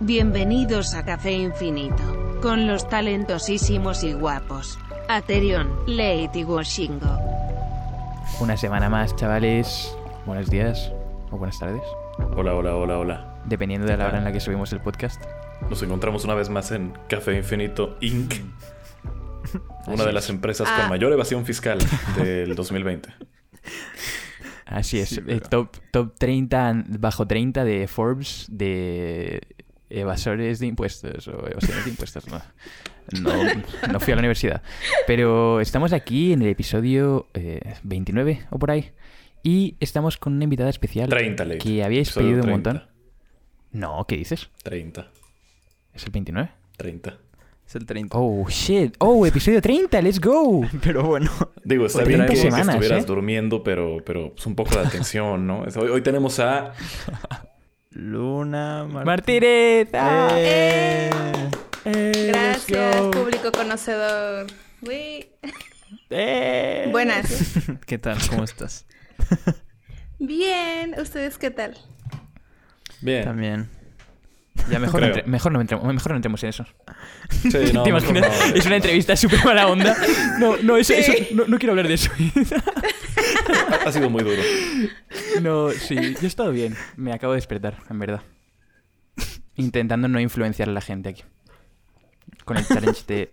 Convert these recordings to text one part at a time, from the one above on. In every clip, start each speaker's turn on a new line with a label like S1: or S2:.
S1: Bienvenidos a Café Infinito, con los talentosísimos y guapos. Aterion, Leit y Washingo.
S2: Una semana más, chavales. Buenos días o buenas tardes,
S3: Hola, hola, hola, hola.
S2: dependiendo de la hora en la que subimos el podcast.
S3: Nos encontramos una vez más en Café Infinito Inc., una
S2: Mm. Así
S3: de las em-
S2: es.
S3: empresas
S1: Ah.
S3: con mayor evasión fiscal del 2020.
S2: Así es,
S4: Sí,
S2: eh,
S4: ¿verdad?
S2: top, top 30, an- bajo 30 de Forbes de evasores de impuestos o evasores de impuestos, no. No, no fui a la universidad. Pero estamos aquí en el episodio eh, 29 o por ahí. Y estamos con una invitada especial.
S3: 30, Ley.
S2: Que habíais pedido un montón. No, ¿qué dices?
S3: 30,
S2: ¿Es el 29?
S3: 30.
S4: Es el 30.
S2: Oh, shit. Oh, episodio 30, let's go.
S4: Pero bueno,
S3: Digo, está
S2: Pues
S3: bien
S2: 30
S3: que, que
S2: semanas,
S3: estuvieras
S2: ¿eh?
S3: durmiendo, pero, pero pues, un poco de atención, ¿no? Es- Hoy, hoy tenemos a...
S4: Luna Martínez.
S2: Martínez. ah.
S4: Eh.
S5: Eh,
S2: Let's
S5: Gracias,
S2: go.
S5: público conocedor. Uy.
S4: Eh.
S5: Buenas.
S4: ¿Qué tal? ¿Cómo estás?
S5: Bien, ¿ustedes qué tal?
S3: Bien.
S4: También.
S2: Ya mejor, no
S3: Creo.
S2: entre- mejor, no entremos, mejor no entremos en eso.
S3: Sí, no,
S2: ¿Te
S3: mejor
S2: imaginas?
S3: no.
S2: Es una entrevista súper mala onda. No, no, eso, eso- no, no quiero hablar de eso.
S3: Ha- Ha sido muy duro.
S2: No, sí, yo he estado bien. Me acabo de despertar, en verdad. Intentando no influenciar a la gente aquí. Con el challenge de...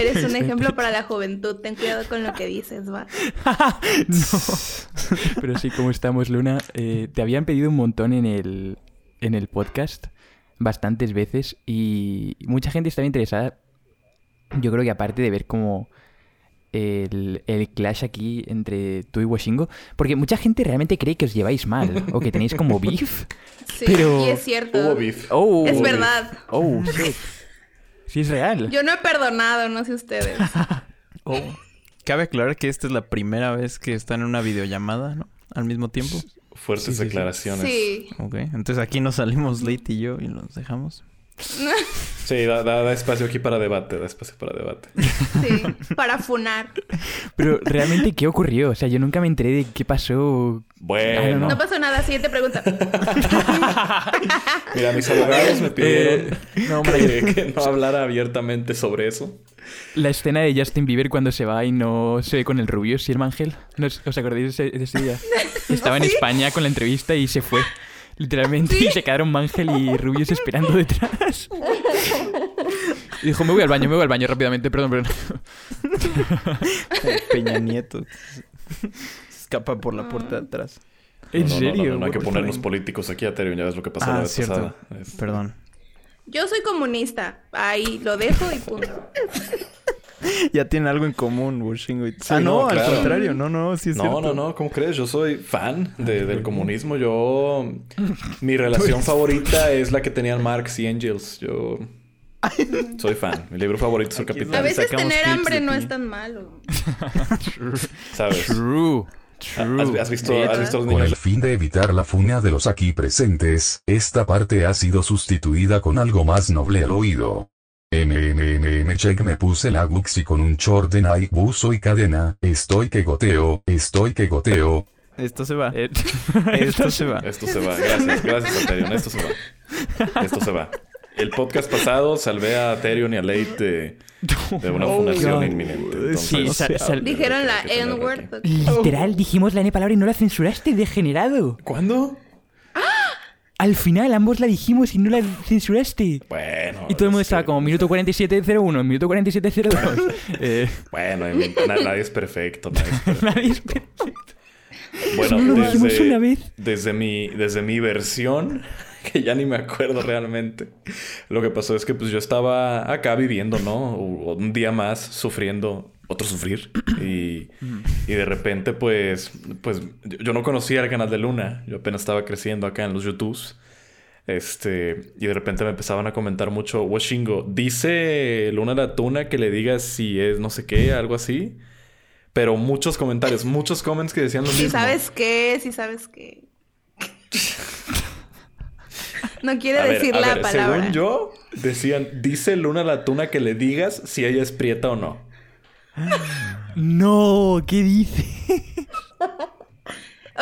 S5: Eres un ejemplo para la juventud. Ten cuidado con lo que dices, va.
S2: no. Pero sí, ¿cómo estamos, Luna? Eh, te habían pedido un montón en el, en el podcast, bastantes veces, y mucha gente estaba interesada. Yo creo que aparte de ver como el, el clash aquí entre tú y Washingo, porque mucha gente realmente cree que os lleváis mal o que tenéis como beef.
S5: Sí,
S2: Pero-
S5: y es cierto.
S3: Hubo beef.
S2: Oh,
S5: Es
S3: Hubo beef.
S5: verdad.
S2: Oh, shit. Sí, es real.
S5: Yo no he perdonado, no sé ustedes.
S4: Oh. Cabe aclarar que esta es la primera vez que están en una videollamada, ¿no? Al mismo tiempo.
S3: Fuertes
S2: Sí, sí, sí.
S3: declaraciones. Sí,
S5: Sí.
S4: Ok. Entonces aquí nos salimos Late y yo y nos dejamos.
S3: da, da- da espacio aquí para debate, da espacio para debate.
S2: Ah,
S5: Sí, para funar.
S2: Pero realmente, ¿qué ocurrió? O sea, yo nunca me enteré de qué pasó.
S3: Bueno.
S2: No, no,
S5: No
S2: no.
S5: pasó nada, siguiente pregunta.
S3: Mira, mis abogados me pidieron...
S2: Eh, no, hombre,
S3: que, que no hablara abiertamente sobre eso.
S2: La escena de Justin Bieber cuando se va y no se ve con el rubio, ¿sí, Ángel? ¿No os, os acordáis de ese, de ese día? Estaba en España con la entrevista y se fue. Literalmente, y se quedaron Mangel y Rubius esperando detrás. Y dijo, me voy al baño, me voy al baño rápidamente, perdón, perdón.
S4: Como Peña Nieto. Se escapa por la puerta de atrás.
S2: ¿En
S3: No, no, no,
S2: serio?
S3: No, no, hay que
S2: What the
S3: ponernos
S2: fuck?
S3: políticos aquí, Aterion. Ya ves lo que pasó
S4: Ah,
S3: la vez
S4: cierto.
S3: pasada. Este, Es-
S4: Perdón.
S5: Yo soy comunista. Ahí lo dejo y punto.
S4: Ya tienen algo en común, Bushingo y
S3: Sí,
S4: Ah, no,
S3: no,
S4: al
S3: claro.
S4: contrario. No, no, sí es
S3: No,
S4: cierto.
S3: no, no, ¿cómo crees? Yo soy fan
S2: Ah,
S3: de- del comunismo. Yo. Mi
S2: Pues,
S3: relación favorita es la que tenían Marx y Engels. Yo. Soy fan. Mi libro favorito es El
S4: Aquí es
S5: A
S4: donde
S3: Capital.
S5: veces
S4: sacamos
S5: tener
S4: clips
S5: hambre
S4: de
S5: no
S4: ti.
S5: es tan malo.
S3: ¿Sabes?
S2: True,
S3: ¿Has,
S2: true.
S3: has visto,
S2: De
S3: has
S2: hecho,
S3: visto los
S6: Con el
S3: niños?
S6: fin de evitar la funa de los aquí presentes, esta parte ha sido sustituida con algo más noble al oído. MMMM check me puse la guxi con un short de Nike buzo y cadena, estoy que goteo, estoy que goteo.
S4: Esto se va.
S2: eh,
S4: Esto se va.
S3: Esto se va. Gracias, gracias, Aterion. Esto se va. Esto se va. El podcast pasado salvé a Aterion y a Leite de, de una
S4: Oh,
S3: fundación
S4: God.
S3: inminente.
S4: Sí,
S3: Entonces,
S2: sal- sal-
S5: Dijeron la
S3: Hay que tenerlo
S5: N-word.
S3: aquí.
S2: Literal, dijimos la N palabra y no la censuraste, degenerado.
S3: ¿Cuándo?
S2: Al final, ambos la dijimos y no la censuraste.
S3: Bueno.
S2: Y todo el mundo
S3: es que-
S2: estaba como minuto 4701, minuto 4702. eh,
S3: Bueno, en mi- na- nadie es perfecto. Nadie es perfecto.
S2: nadie espera.
S3: Bueno,
S2: Solo lo dijimos
S3: desde,
S2: una vez.
S3: desde mi, desde mi versión, que ya ni me acuerdo realmente, lo que pasó es que pues yo estaba acá viviendo, ¿no? U- Un día más sufriendo, otro sufrir. Y, y de repente pues, pues yo yo no conocía el canal de Luna, yo apenas estaba creciendo acá en los YouTubes. Este, y de repente me empezaban a comentar mucho, Washingo, dice Luna la Tuna que le diga si es no sé qué, algo así. Pero muchos comentarios, muchos comments que decían lo mismo.
S5: Si sabes qué, si sabes qué. No quiere
S3: A ver,
S5: decir
S3: a
S5: la
S3: ver,
S5: palabra.
S3: Según yo, decían, dice Luna la tuna que le digas si ella es prieta o no.
S2: No, ¿qué dice?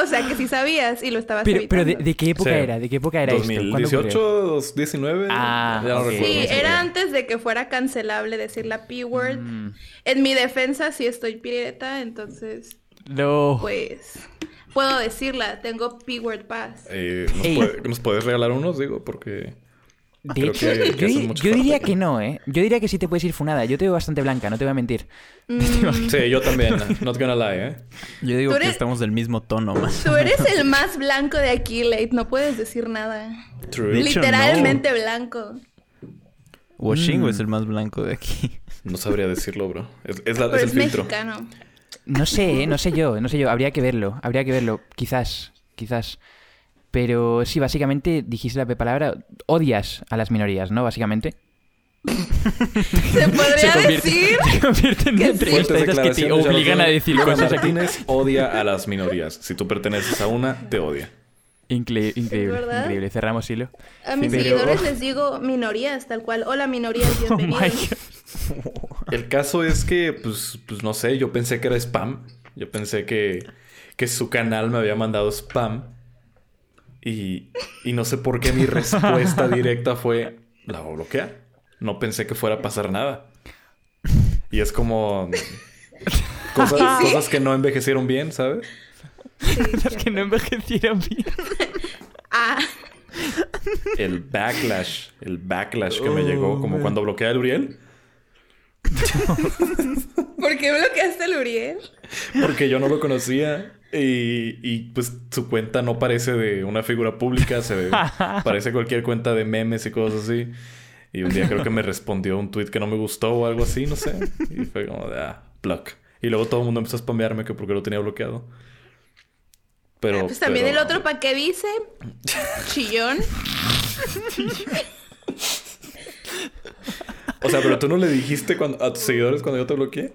S5: O sea, que sí sabías y lo estabas
S2: Pero, pero
S5: evitando.
S2: ¿de, de qué época
S3: Sí.
S2: era? ¿De qué época era esto? ¿Cuándo ocurrió?
S3: 2018, 2019.
S2: Ah,
S3: ya no
S2: ok.
S3: recuerdo.
S5: Sí,
S2: Bueno,
S5: era antes de que fuera cancelable decir la P-word.
S2: Mm.
S5: En mi defensa sí estoy pireta, entonces
S2: No.
S5: pues puedo decirla. Tengo P-word pass.
S3: Eh, ¿nos,
S2: Ey.
S3: puede- nos puedes regalar unos? Digo, porque.
S2: De
S3: creo
S2: hecho,
S3: que- que
S2: yo,
S3: hace
S2: di-
S3: mucha
S2: yo diría
S3: falta.
S2: que no, ¿eh? Yo diría que sí te puedes ir funada. Yo te veo bastante blanca, no te voy a mentir.
S5: Mm,
S3: Sí, yo también. Not gonna lie, ¿eh?
S4: Yo digo
S5: Tú
S4: que
S5: eres-
S4: estamos del mismo tono, más.
S5: Tú eres el más blanco de aquí, Late. No puedes decir nada.
S4: De
S3: True.
S4: hecho,
S5: Literalmente blanco.
S4: Washingo
S2: Mm.
S4: es el más blanco de aquí.
S3: No sabría decirlo, bro. Es, es la-
S5: Pero
S3: es
S5: es
S3: el filtro.
S5: mexicano.
S2: No sé, ¿eh? No sé yo, no sé yo. Habría que verlo, habría que verlo. Quizás, quizás. Pero sí, básicamente dijiste la P palabra. Odias a las minorías, ¿no? Básicamente.
S5: Se podría decir.
S2: Se convierten en
S5: que
S2: entrevistas
S3: Fuentes
S2: estas pues que te
S3: declaraciones, ya lo
S2: obligan a
S3: saben.
S2: decir
S3: Juan
S2: cosas aquí.
S3: Martínez odia a las minorías. Si tú perteneces a una, te odia.
S2: Incre- increíble,
S5: verdad?
S2: increíble. Cerramos hilo.
S5: A mis
S2: Pero-
S5: seguidores les digo minorías, tal cual. Hola, minorías,
S2: Oh my
S5: bienvenidos.
S2: God.
S3: El caso es que, pues, pues no sé, yo pensé que era spam. Yo pensé que, que su canal me había mandado spam. Y, y no sé por qué mi respuesta directa fue, la voy a bloquear. No pensé que fuera a pasar nada. Y es como... Cosas, cosas que no envejecieron bien, ¿sabes?
S2: Las que no envejecieron bien.
S5: Ah,
S3: El backlash, el backlash que me llegó, como cuando bloqueé a Uriel.
S5: ¿por qué bloqueaste al Uriel?
S3: Porque yo no lo conocía. Y, y, pues su cuenta no parece de una figura pública, se ve, parece cualquier cuenta de memes y cosas así. Y un día creo que me respondió un tweet que no me gustó o algo así, no sé. Y fue como de, ah, block. Y luego todo el mundo empezó a spamearme que porque lo tenía bloqueado. Pero.
S5: Pues también
S3: pero-
S5: el otro, ¿para qué dice? Chillón.
S3: O sea, pero tú no le dijiste cuando- a tus seguidores cuando yo te bloqueé.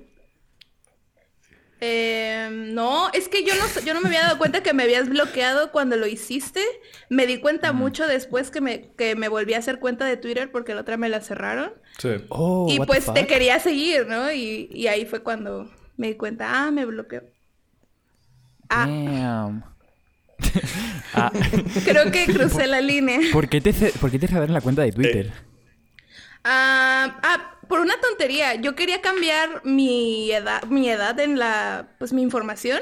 S5: Eh, no, es que yo no, sé- yo no me había dado cuenta que me habías bloqueado cuando lo hiciste. Me di cuenta
S2: Mm.
S5: mucho después que me, que me volví a hacer cuenta de Twitter porque la otra me la cerraron.
S3: Sí.
S2: Oh,
S5: y
S2: what the
S5: pues te
S2: fuck.
S5: quería seguir, ¿no? Y, y ahí fue cuando me di cuenta, ah, me bloqueó. Ah,
S2: Mm. Damn.
S5: creo que crucé la línea.
S2: ¿Por qué te, ce- por qué te cerraron la cuenta de
S5: Eh,
S2: Twitter?
S5: Ah, ah, por una tontería. Yo quería cambiar mi edad, mi edad en la, pues mi información.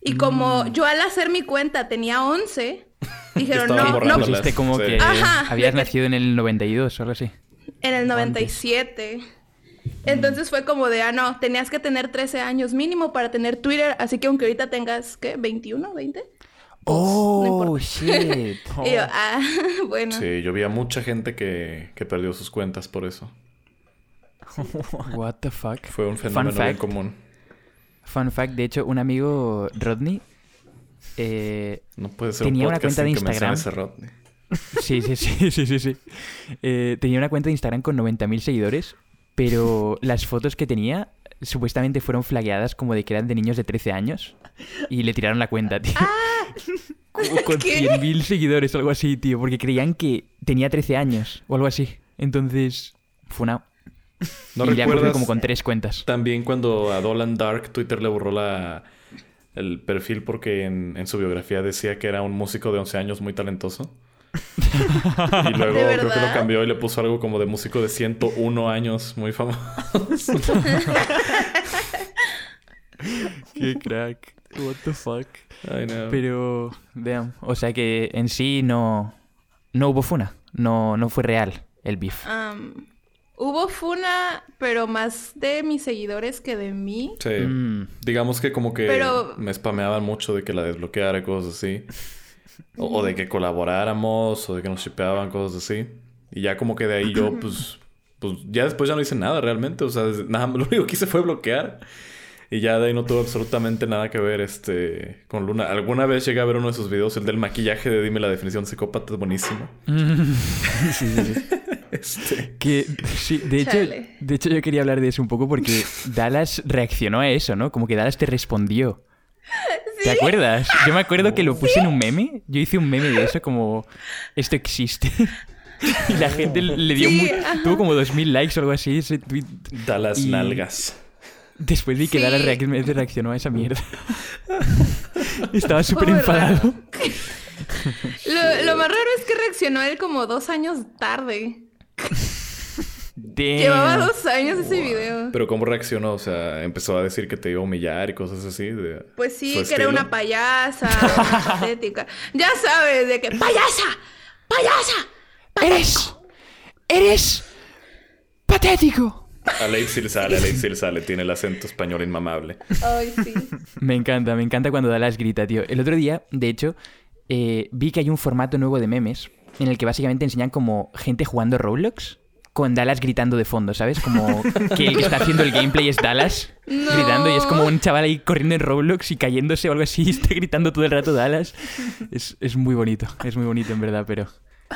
S5: Y como yo al hacer mi cuenta tenía 11, dijeron,
S3: Estaban
S5: no, no,
S3: borrándolas.
S2: Dijiste como
S3: Sí.
S2: que
S5: Ajá,
S2: habías
S5: de que-
S2: nacido en el 92 o algo así.
S5: en el 97. Entonces fue como de, ah, no, tenías que tener 13 años mínimo para tener Twitter, así que aunque ahorita tengas, ¿qué? ¿21, 20?
S2: Oh,
S5: importa.
S2: shit.
S5: Y yo, ah, bueno.
S3: Sí, yo vi a mucha gente que, que perdió sus cuentas por eso.
S2: What the fuck.
S3: Fue un
S2: Fun
S3: fenómeno bien
S2: fact.
S3: común.
S2: Fun fact, de hecho, un amigo, Rodney, eh,
S3: No puede ser
S2: Tenía
S3: un
S2: una
S3: podcast
S2: cuenta de
S3: sin que mencione
S2: Instagram.
S3: ese Rodney.
S2: Sí, sí, sí, sí, sí, sí. Eh, tenía una cuenta de Instagram con 90.000 seguidores, pero las fotos que tenía supuestamente fueron flagueadas como de que eran de niños de 13 años y le tiraron la cuenta, tío. Como con
S5: ¿Qué?
S2: 100.000 seguidores o algo así, tío, porque creían que tenía 13 años o algo así. Entonces, fue una...
S3: ¿No
S2: y le ha corrido
S3: recuerdas
S2: como con tres cuentas.
S3: también cuando a Dolan Dark Twitter le borró la, el perfil porque en, en su biografía decía que era un músico de 11 años muy talentoso? y luego
S5: ¿De
S3: creo que lo
S5: verdad?
S3: cambió y le puso algo como de músico de 101 años muy famoso.
S2: Qué crack. What the fuck.
S3: Ay, no.
S2: Pero, damn. O sea que en sí no, no hubo funa. No, no fue real el beef.
S5: Am, hubo funa, pero más de mis seguidores que de mí.
S3: Sí.
S2: Mm.
S3: Digamos que como que
S5: Pero-
S3: me spameaban mucho de que la desbloqueara, cosas así. O, o de que colaboráramos, o de que nos shipeaban, cosas así. Y ya como que de ahí yo, pues, pues ya después ya no hice nada realmente. O sea, des- nada, lo único que hice fue bloquear. Y ya de ahí no tuvo absolutamente nada que ver este, con Luna. Alguna vez llegué a ver uno de sus videos, el del maquillaje de Dime la definición psicópata, es buenísimo.
S2: Sí, sí, sí.
S3: Este,
S2: Que, sí, de hecho,
S5: Chale.
S2: de hecho yo quería hablar de eso un poco porque Dallas reaccionó a eso, ¿no? Como que Dallas te respondió. ¿Te acuerdas? Yo me acuerdo que lo puse en un meme. Yo hice un meme de eso como, esto existe. Y la gente le dio...
S5: Sí,
S2: mu- tuvo como 2.000 likes o algo así ese tweet.
S3: da las
S2: Y-
S3: nalgas.
S2: Después vi que
S5: Sí.
S2: Lara reac- reaccionó a esa mierda. Estaba súper enfadado.
S5: Lo, lo más raro es que reaccionó él como dos años tarde.
S2: Damn.
S5: Llevaba dos años ese video.
S3: Pero ¿cómo reaccionó? O sea, empezó a decir que te iba a humillar y cosas así. de-
S5: Pues sí,
S3: su
S5: que
S3: estilo.
S5: era una payasa, una patética. Ya sabes, de que ¡payasa! ¡payasa!
S2: ¡Eres! ¡Eres! ¡Patético!
S3: A Leipzig le sale, a Leipzig le sale. Tiene el acento español inmamable.
S5: Ay, sí.
S2: Me encanta, me encanta cuando da las grita, tío. El otro día, de hecho, eh, vi que hay un formato nuevo de memes en el que básicamente enseñan como gente jugando Roblox con Dallas gritando de fondo, ¿sabes? Como que el que está haciendo el gameplay es Dallas
S5: No.
S2: gritando y es como un chaval ahí corriendo en Roblox y cayéndose o algo así y está gritando todo el rato Dallas. Es, es muy bonito, es muy bonito en verdad, pero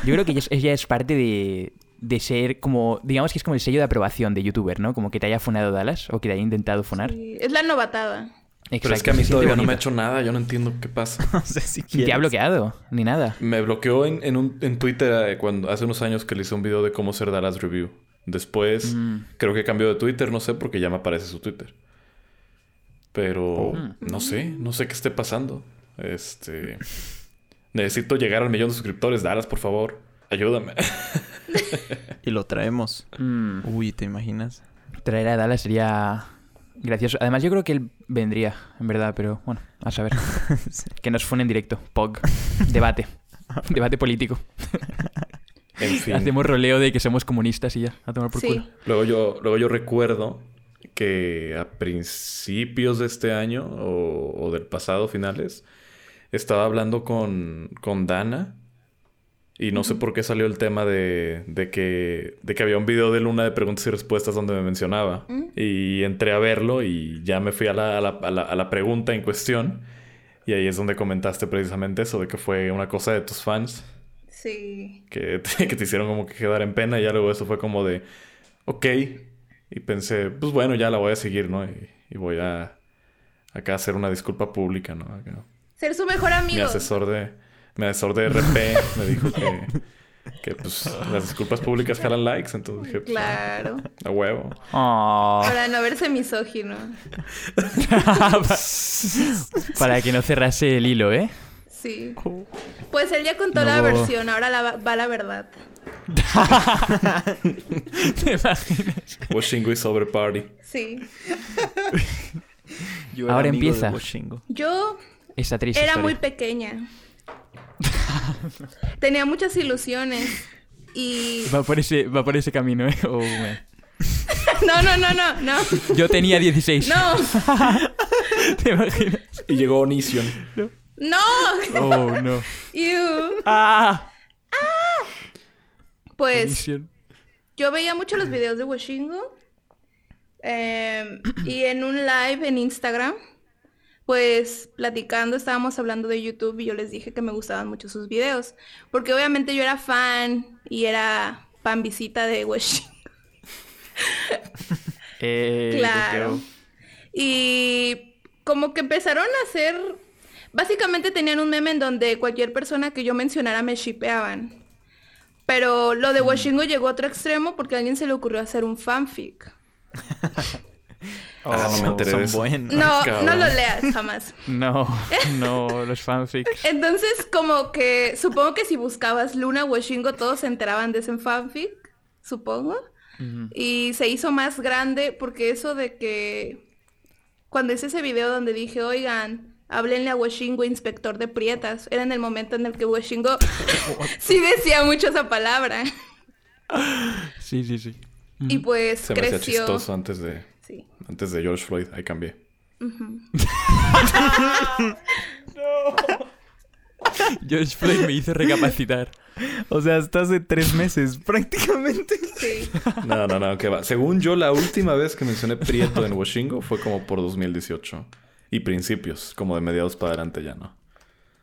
S2: yo creo que ya es, ya es parte de, de ser como, digamos que es como el sello de aprobación de youtuber, ¿no? Como que te haya funado Dallas o que te haya intentado funar.
S5: Sí, Es la novatada.
S3: Pero es
S2: Exacto,
S3: que a mí
S2: se siente
S3: todavía no me ha
S2: bonito.
S3: hecho nada. Yo no entiendo qué pasa.
S4: No sé si
S2: Ni
S4: quieres.
S2: te ha bloqueado, ni nada.
S3: Me bloqueó en, en, un, en Twitter eh, cuando, hace unos años que le hice un video de cómo hacer Dallas Review. Después creo que cambió de Twitter, no sé, porque ya me aparece su Twitter. Pero no sé, no sé qué esté pasando. Este. Necesito llegar al millón de suscriptores. Dallas, por favor, ayúdame.
S4: Y lo traemos. Uy, ¿te imaginas?
S2: Traer a Dallas sería gracioso. Además, yo creo que él vendría, en verdad, pero bueno, a saber. Que nos funen en directo. POG. Debate. Debate político.
S3: En fin.
S2: Hacemos roleo de que somos comunistas y ya, a tomar por culo.
S5: Sí.
S3: Luego yo, luego yo recuerdo que a principios de este año o, o del pasado, finales, estaba hablando con, con Dana y no sé por qué salió el tema de, de que, de que había un video de Luna de preguntas y respuestas donde me mencionaba. Y entré a verlo y ya me fui a la, a la- a la- a la pregunta en cuestión. Y ahí es donde comentaste precisamente eso, de que fue una cosa de tus fans
S5: Sí.
S3: que te, que te hicieron como que quedar en pena y ya luego eso fue como de, ok, y pensé, pues bueno, ya la voy a seguir, ¿no? Y, y voy a acá hacer una disculpa pública, ¿no? Acá.
S5: Ser su mejor
S3: Mi
S5: amigo.
S3: asesor de, mi asesor de RP me dijo que, que pues las disculpas públicas jalan likes, entonces dije, pues,
S5: Claro.
S3: a huevo. Ah.
S2: Oh,
S5: Para no verse misógino.
S2: para que no cerrase el hilo, ¿eh?
S5: Sí. Pues él ya contó la
S2: No.
S5: versión, ahora la va, va la verdad.
S2: ¿Te imaginas?
S3: Washingo is over party.
S5: Sí.
S4: Yo
S2: era Ahora amigo de empieza.
S5: Yo
S2: Esa triste
S5: Era
S2: historia.
S5: muy pequeña. Tenía muchas ilusiones. Y.
S2: Va por, ese, va por ese camino, ¿eh? Oh, man.
S5: No, no, no, no, no.
S2: Yo tenía 16.
S5: No,
S2: ¿Te imaginas?
S3: Y llegó Onision.
S5: no.
S2: Oh, no.
S5: Ew.
S2: ¡Ah!
S5: Pues
S2: Misión.
S5: yo veía mucho los videos de Washingo. em, y en un live en Instagram, pues platicando, estábamos hablando de YouTube y yo les dije que me gustaban mucho sus videos. Porque obviamente yo era fan y era fan visita de Washingo.
S2: Eh,
S5: Claro. Y como que empezaron a hacer... Básicamente tenían un meme en donde cualquier persona que yo mencionara me shipeaban. Pero lo de Washingo llegó a otro extremo porque a alguien se le ocurrió hacer un fanfic.
S3: Ah, no me enteré de
S4: son
S3: eso.
S4: buenos.
S5: No,
S3: cabrón.
S5: no lo leas jamás.
S2: No, no, los fanfics.
S5: Entonces, como que supongo que si buscabas Luna Washingo todos se enteraban de ese fanfic, supongo. Y se hizo más grande porque eso de que cuando hice ese video donde dije, oigan, háblenle a Washingo, inspector de prietas, era en el momento en el que Washingo sí decía mucho esa palabra.
S2: Sí, sí, sí.
S5: Y pues
S3: Se me hacía
S5: creció.
S3: chistoso antes de,
S5: Sí.
S3: antes de George Floyd. Ahí cambié.
S2: George Floyd me hizo recapacitar.
S4: O sea, hasta hace tres meses prácticamente.
S5: Sí.
S3: No, no, no, que va. Según yo, la última vez que mencioné Prieto en Washingo fue como por 2018. Y principios, como de mediados para adelante ya, ¿no?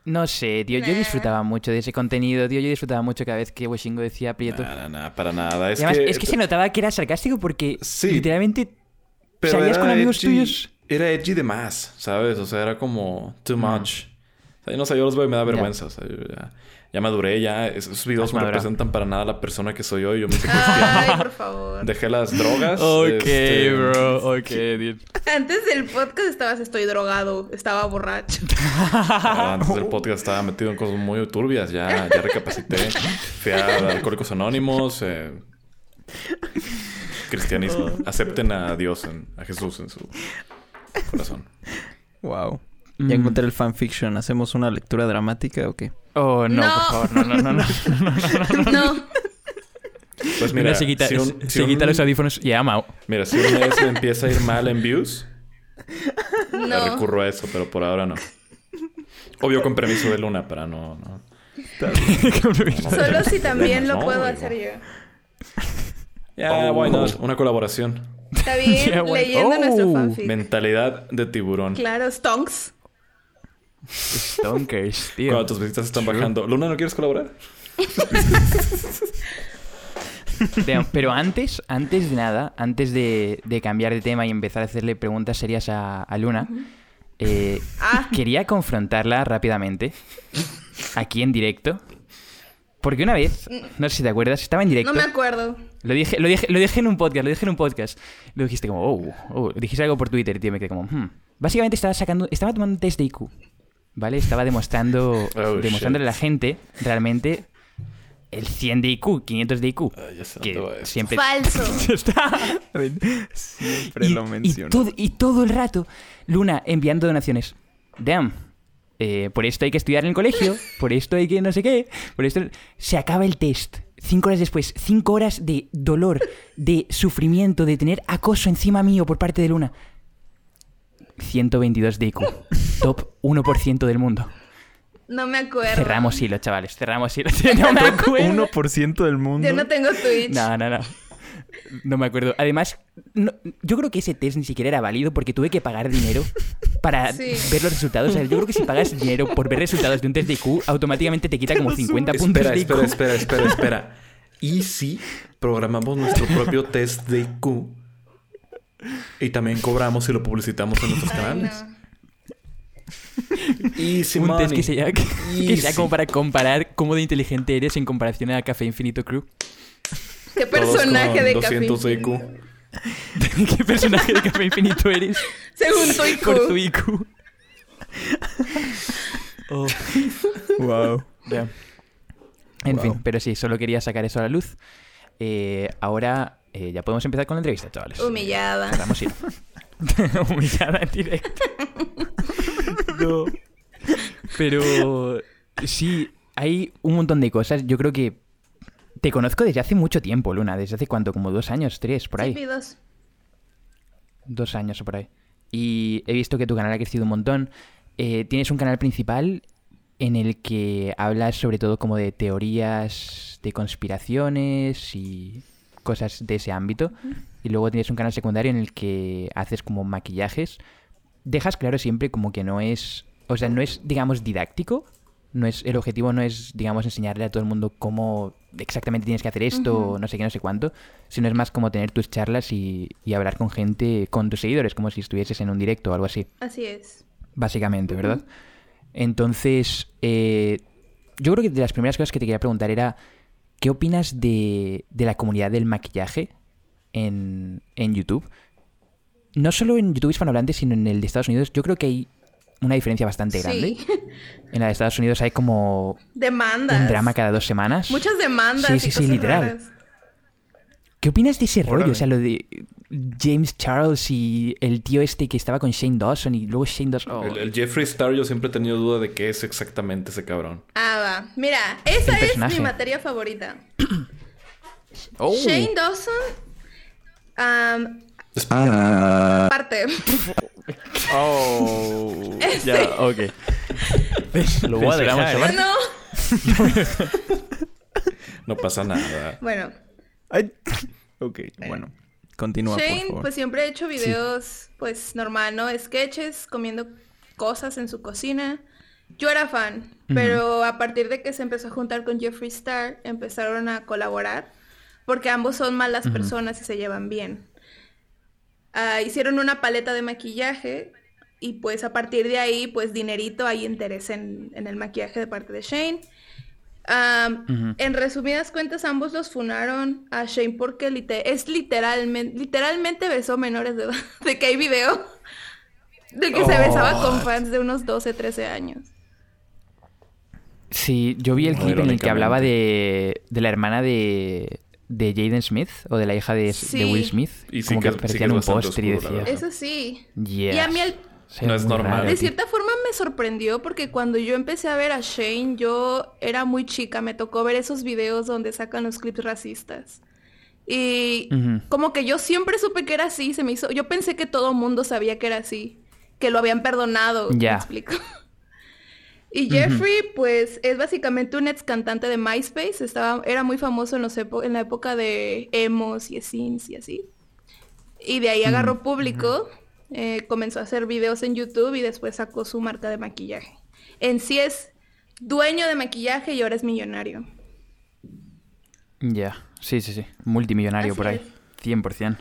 S2: No sé, tío, yo
S5: Nah.
S2: disfrutaba mucho de ese contenido, tío. Yo disfrutaba mucho cada vez que Washingo decía Prieto.
S3: Nada, nada, para nada. Es
S2: Y además,
S3: que,
S2: es que se notaba que era sarcástico porque
S3: Sí.
S2: literalmente salías
S3: era
S2: con amigos
S3: edgy-
S2: tuyos. Mm.
S3: Era edgy de más, ¿sabes? O sea, era como too much. sea, yo no sé, yo los veo y me da vergüenza. O sea, yo ya, ya maduré, ya. es- Esos videos
S2: Has
S3: no
S2: madurado.
S3: representan para nada la persona que soy hoy. Yo me hice cristiano.
S5: Ay, por favor.
S3: Dejé las drogas.
S2: Ah. Ok,
S3: este,
S2: bro. Ok, dude.
S5: Antes del podcast estabas estoy drogado, estaba borracho.
S3: Ah, Antes del podcast estaba metido en cosas muy turbias. Ya, ya recapacité. Fui a Alcohólicos Anónimos. eh, cristianismo. Acepten a Dios, en- a Jesús en su corazón.
S4: Wow.
S2: Mm.
S4: Ya encontré el fanfiction. ¿Hacemos una lectura dramática o qué?
S2: Oh, no,
S5: No.
S2: por favor. No, no, no. no.
S5: No.
S3: Pues
S2: Mira,
S3: mira,
S2: se quita,
S3: si un-
S2: se
S3: si un-
S2: quita los audífonos y ama.
S3: Mira, si un mes le empieza a ir mal en views,
S5: No.
S3: recurro a eso, pero por ahora no. Obvio con permiso de Luna, para no... no-
S5: Solo
S2: pues,
S5: si también lo
S3: No,
S5: puedo
S3: digo.
S5: hacer yo.
S3: Ya, why not? Oh. Una colaboración.
S5: Está bien,
S2: Yeah, bueno.
S5: leyendo nuestro
S2: Oh,
S5: fanfic.
S3: Mentalidad de tiburón.
S5: Claro, Stonks.
S2: Stonkers, tío.
S3: Cuando tus visitas están bajando. Luna, ¿no quieres colaborar?
S2: Damn, Pero antes, antes de nada, antes de, de cambiar de tema y empezar a hacerle preguntas serias a, a Luna, eh,
S5: Ah.
S2: quería confrontarla rápidamente, aquí en directo, porque una vez, no sé si te acuerdas, estaba en directo.
S5: No me acuerdo.
S2: Lo dije, lo dije, lo dije en un podcast, lo dije en un podcast. Lo dijiste como, oh, oh, dijiste algo por Twitter, tío, me quedé como, hmm. Básicamente estaba sacando, estaba tomando un test de IQ, ¿vale? Estaba demostrando,
S3: Oh,
S2: demostrándole a la
S3: shit.
S2: gente realmente el 100 de IQ, 500 de IQ.
S3: ya sé
S2: que
S3: dónde va esto.
S2: siempre...
S5: Falso.
S2: está.
S4: Siempre lo menciono.
S2: todo, y todo el rato, Luna enviando donaciones. Damn. eh, por esto hay que estudiar en el colegio, por esto hay que no sé qué, por esto... Se acaba el test. Cinco horas después, cinco horas de dolor, de sufrimiento, de tener acoso encima mío por parte de Luna. 122 de IQ. Top 1% del mundo.
S5: No me acuerdo.
S2: Cerramos hilo, chavales. Cerramos hilo. No me acuerdo.
S4: 1% del mundo.
S5: Yo no tengo Twitch.
S2: No, no, no. No me acuerdo. Además, no- yo creo que ese test ni siquiera era válido porque tuve que pagar dinero para
S5: Sí.
S2: ver los resultados. O sea, yo creo que si pagas dinero por ver resultados de un test de IQ, automáticamente te quita como 50 puntos
S3: Espera,
S2: de
S3: espera,
S2: IQ.
S3: espera, espera, espera. ¿Y si programamos nuestro propio test de IQ? Y también cobramos y lo publicitamos en nuestros
S5: Ay,
S3: canales.
S5: no.
S3: Easy
S2: Un test
S3: money.
S2: que sea, que, que sea
S3: Easy.
S2: como para comparar cómo de inteligente eres en comparación a Café Infinito Crew.
S5: Qué
S3: Todos con
S5: personaje de
S3: 200
S5: café.
S3: IQ.
S2: ¿Qué personaje de Café Infinito eres
S5: Según tu
S2: por tu
S5: IQ.
S2: IQ?
S4: Wow.
S2: En
S4: Wow.
S2: fin, pero sí, solo quería sacar eso a la luz. Eh, ahora eh, ya podemos empezar con la entrevista, chavales.
S5: Humillada.
S2: Cerramos hilo. Humillada en directo. no. Pero sí, hay un montón de cosas. Yo creo que te conozco desde hace mucho tiempo, Luna. ¿Desde hace cuánto? Como dos años, tres, por ahí.
S5: Estúpidos.
S2: Dos años o por ahí. Y he visto que tu canal ha crecido un montón. Eh, tienes un canal principal en el que hablas sobre todo como de teorías de conspiraciones y cosas de ese ámbito. Y luego tienes un canal secundario en el que haces como maquillajes. Dejas claro siempre como que no es, o sea, no es, digamos, didáctico. No es, el objetivo no es, digamos, enseñarle a todo el mundo cómo exactamente tienes que hacer esto, no sé qué, no sé cuánto, sino es más como tener tus charlas y, y hablar con gente, con tus seguidores, como si estuvieses en un directo o algo así
S5: Así es.
S2: básicamente, ¿verdad? Entonces, eh, yo creo que de las primeras cosas que te quería preguntar era, ¿qué opinas de, de la comunidad del maquillaje en, en YouTube? No solo en YouTube hispanohablante, sino en el de Estados Unidos. Yo creo que hay una diferencia bastante grande.
S5: Sí.
S2: En la de Estados Unidos hay como
S5: Demandas.
S2: un drama cada dos semanas.
S5: Muchas demandas.
S2: Sí, sí,
S5: y
S2: sí,
S5: cosas
S2: literal.
S5: raras.
S2: ¿Qué opinas de ese rollo?
S4: Órale.
S2: O sea, lo de James Charles y el tío este que estaba con Shane Dawson y luego Shane Dawson... oh,
S3: El, el Jeffree Star yo siempre he tenido duda de qué es exactamente ese cabrón.
S5: Ah, va. Mira, esa
S2: El
S5: es mi
S2: personaje.
S5: materia favorita.
S2: oh.
S5: Shane Dawson. am, Parte. Este.
S4: Oh. Ya, ok. Lo voy a
S2: Censuramos,
S4: dejar. ¿eh?
S2: chaval.
S5: No.
S3: No pasa nada.
S5: Bueno,
S4: Ay. Ok, bueno. Continúa, por
S5: Shane,
S4: favor.
S5: pues siempre ha hecho videos, pues normal, ¿no? Sketches, comiendo cosas en su cocina. Yo era fan, pero a partir de que se empezó a juntar con Jeffree Star, empezaron a colaborar, porque ambos son malas personas y se llevan bien. Ah, hicieron una paleta de maquillaje Y pues a partir de ahí, pues dinerito, hay interés en, en el maquillaje de parte de Shane. Am,
S2: Ujú.
S5: En resumidas cuentas, ambos los funaron a Shane porque lite- es literalmente, literalmente besó menores de edad. De que hay video de que se besaba con fans de unos 12, 13 años.
S2: Sí, yo vi el
S3: No,
S2: clip en el que
S3: irónicamente.
S2: hablaba de, de la hermana de, de Jaden Smith o de la hija de, de Will
S5: Sí.
S2: Smith.
S3: Y sí
S2: como
S3: que-
S2: que,
S3: sí que
S2: aparecía en
S3: es
S2: un
S3: bastante
S2: postre y
S3: oscuro, la
S2: decía.
S3: verdad.
S5: Eso sí.
S2: "Yes".
S5: Y a mí el-
S2: Se ve
S3: No es
S2: muy
S3: normal.
S2: raro,
S5: De
S2: tío.
S5: cierta forma me sorprendió porque cuando yo empecé a ver a Shane, yo era muy chica, me tocó ver esos videos donde sacan los clips racistas. Y
S2: Ujú.
S5: como que yo siempre supe que era así, se me hizo, yo pensé que todo mundo sabía que era así, que lo habían perdonado, ¿me
S2: Ya.
S5: explico? Y Jeffrey, pues, es básicamente un ex cantante de MySpace, estaba, era muy famoso en, los epo- en la época de emos y scenes y así. Y de ahí
S3: Mm,
S5: agarró público, eh, comenzó a hacer videos en YouTube y después sacó su marca de maquillaje. En sí es dueño de maquillaje y ahora es millonario.
S2: Ya, sí, sí, sí. Multimillonario
S5: Así
S2: por ahí.
S5: es.
S2: 100%.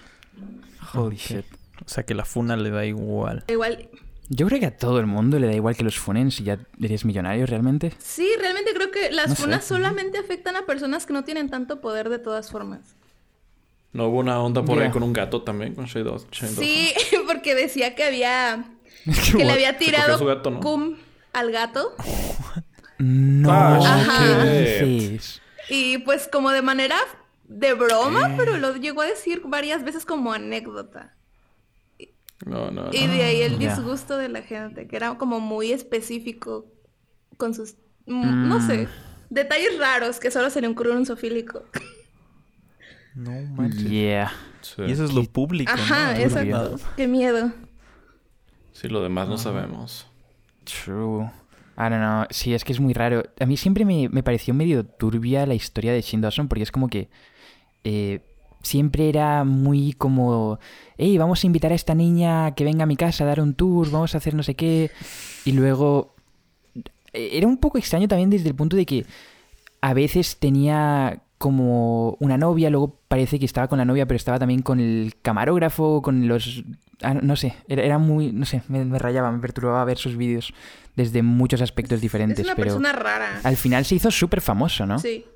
S2: Holy shit.
S4: O sea que la funa le da igual.
S5: Igual,
S2: Yo creo que a todo el mundo le da igual que los funen si ya eres millonario realmente.
S5: sí, realmente creo que las
S2: No sé.
S5: funas solamente afectan a personas que no tienen tanto poder de todas formas.
S3: No hubo una onda por ahí
S2: Ya.
S3: con un gato también, con Shane Daw- Shane Dawson.
S5: Sí, porque decía que había, que le había
S3: cogió
S5: tirado
S3: su gato, ¿no?
S5: cum al gato.
S2: No,
S3: Ah,
S2: ¿qué
S3: shit.
S2: dices?
S5: Y pues como de manera de
S3: Eh.
S5: broma, pero lo llegó a decir varias veces como anécdota.
S3: No, no, no.
S5: Y de ahí el
S2: Ah, ya.
S5: disgusto de la gente, que era como muy específico con sus, mm, no sé, detalles raros que solo sería un crunzofílico.
S4: No manches.
S2: Yeah.
S3: Sí.
S4: Y eso es lo público. ¿no?
S5: Ajá,
S4: No es
S5: exacto.
S4: privado.
S5: Qué miedo.
S3: Sí, lo demás no sabemos.
S2: True. I don't know. Sí, es que es muy raro. A mí siempre me, me pareció medio turbia la historia de Shane Dawson porque es como que eh, siempre era muy como, hey, vamos a invitar a esta niña a que venga a mi casa a dar un tour, vamos a hacer no sé qué. Y luego eh, era un poco extraño también desde el punto de que a veces tenía como una novia, luego parece que estaba con la novia, pero estaba también con el camarógrafo, con los... ah, no sé, era, era muy... No sé, me, me rayaba, me perturbaba ver sus vídeos desde muchos aspectos diferentes,
S5: es una
S2: pero...
S5: persona rara.
S2: Al final se hizo súper famoso, ¿no?
S5: Sí.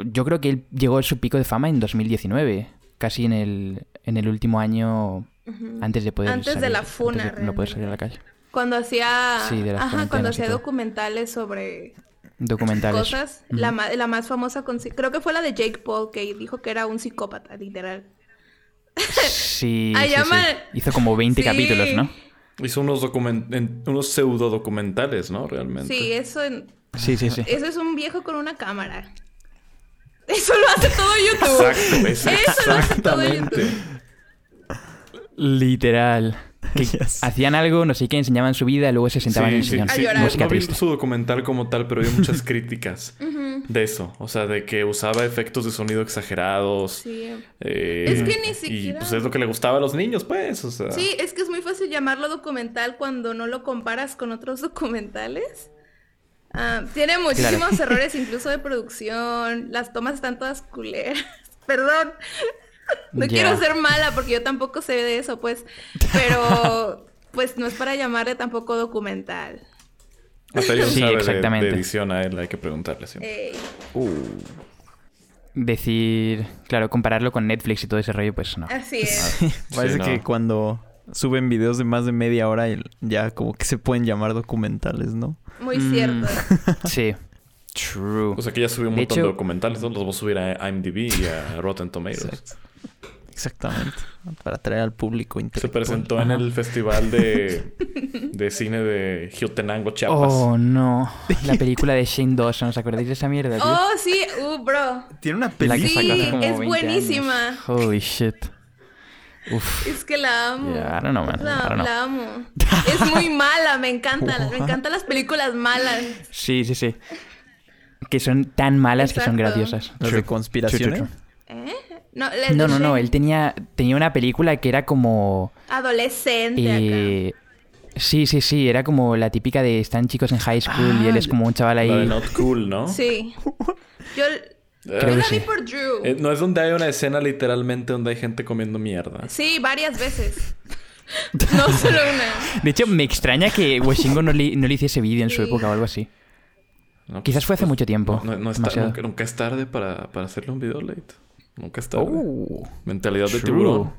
S2: Yo creo que él llegó a su pico de fama en 2019, casi en el, en el último año antes de poder
S5: Antes de
S2: salir-
S5: la funa,
S2: antes de no poder salir a la calle.
S5: Cuando hacía,
S2: Sí, de las
S5: ajá, cuando
S2: cuarentenas y
S5: hacía
S2: todo.
S5: documentales sobre
S2: Documentales.
S5: cosas, la, ma- la más famosa, con, creo que fue la de Jake Paul, que dijo que era un psicópata, literal.
S2: Sí,
S5: Ah,
S2: sí, sí.
S5: llama-
S2: Hizo como 20
S5: Sí.
S2: capítulos, ¿no?
S3: Hizo unos, document en- unos pseudo documentales, ¿no? Realmente.
S5: Sí, eso, en-
S2: Sí, sí, sí.
S5: eso es un viejo con una cámara. Eso lo hace todo YouTube.
S3: Exacto, es
S5: Eso lo hace todo
S3: exactamente.
S5: YouTube.
S2: Literal. Que
S4: Yes.
S2: Hacían algo, no sé qué, enseñaban su vida, luego se sentaban en el sillón.
S5: A llorar.
S2: Música
S3: No vi
S2: triste.
S3: su documental como tal, pero vi muchas críticas de eso. O sea, de que usaba efectos de sonido exagerados.
S5: Sí.
S3: eh,
S5: Es que ni
S3: Y
S5: siquiera-
S3: pues es lo que le gustaba a los niños, pues. O sea,
S5: Sí, es que es muy fácil llamarlo documental cuando no lo comparas con otros documentales. Ah, tiene muchísimos errores incluso de producción, las tomas están todas culeras. Perdón, no
S2: Ya.
S5: quiero ser mala porque yo tampoco sé de eso, pues, pero pues no es para llamarle tampoco documental.
S3: hasta ella no
S2: Sí,
S3: sabe de-
S2: exactamente.
S3: De, edición a él, hay que preguntarle siempre.
S5: Ey,
S2: Decir, claro, compararlo con Netflix y todo ese rollo, pues no.
S5: así es.
S4: Parece
S3: no.
S4: que cuando suben videos de más de media hora el- ya como que se pueden llamar documentales, ¿no?
S5: Muy cierto.
S2: Sí. True.
S3: O sea, que ya subió un
S2: De
S3: montón de
S2: hecho-
S3: documentales, ¿no? Los voy a subir a IMDb y a Rotten Tomatoes.
S4: Exactamente. Para atraer al público
S3: Se
S4: intelectual.
S3: presentó en el festival de, de cine de Jiotenango, Chiapas.
S2: Oh, no. La película de Shane Dawson, ¿os acordáis de esa mierda, tío?
S5: Oh, sí, uh, bro.
S4: Tiene una
S2: La que
S5: Sí,
S2: sacó hace como
S5: es
S2: 20
S5: buenísima.
S2: años. Holy shit. Uf.
S5: Es que la amo.
S2: Yeah, I don't know, man.
S5: La,
S2: I don't know.
S5: la amo. Es muy mala, me encanta. Me encantan las películas malas.
S2: Sí, sí, sí. Que son tan malas que son
S5: Exacto.
S2: graciosas.
S4: Las
S2: True.
S4: de conspiraciones.
S2: True, true,
S5: ¿Eh? No, la
S2: true.
S5: de
S2: No, no, no.
S5: Shane,
S2: Él tenía, tenía una película que era como...
S5: Adolescente acá.
S2: eh, sí, sí, sí. Era como la típica de están chicos en high school y él
S5: Ah,
S2: es como un chaval
S3: La de
S2: ahí...
S3: Not Cool, ¿no?
S5: Sí. Yo, yo
S2: Creo que
S5: la
S2: sí.
S5: vi por Drew.
S3: Eh, no es donde hay una escena literalmente donde hay gente comiendo mierda.
S5: Sí, varias veces. No solo una.
S2: De hecho, me extraña que Washingo no le, no le hiciese vídeo en su época o algo así.
S3: No,
S2: Quizás fue hace mucho tiempo.
S3: No, no- no es ta-
S2: Demasiado.
S3: nunca, nunca es tarde para, para hacerle un video late. Nunca es tarde.
S2: Oh,
S3: Mentalidad de
S2: true.
S3: tiburón.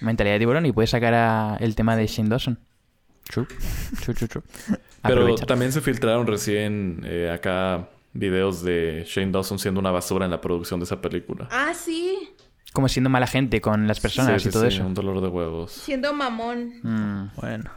S2: Mentalidad de tiburón y puedes sacar a- el tema de Shane Dawson. True. True, true, true.
S3: Pero
S2: Aprovecha.
S3: también se filtraron recién eh, acá videos de Shane Dawson siendo una basura en la producción de esa película.
S5: Ah, sí.
S2: Como siendo mala gente con las personas
S3: Sí,
S2: y
S3: sí,
S2: todo
S3: sí,
S2: eso.
S3: Un dolor de huevos.
S5: Siendo mamón.
S2: Mm.
S4: Bueno.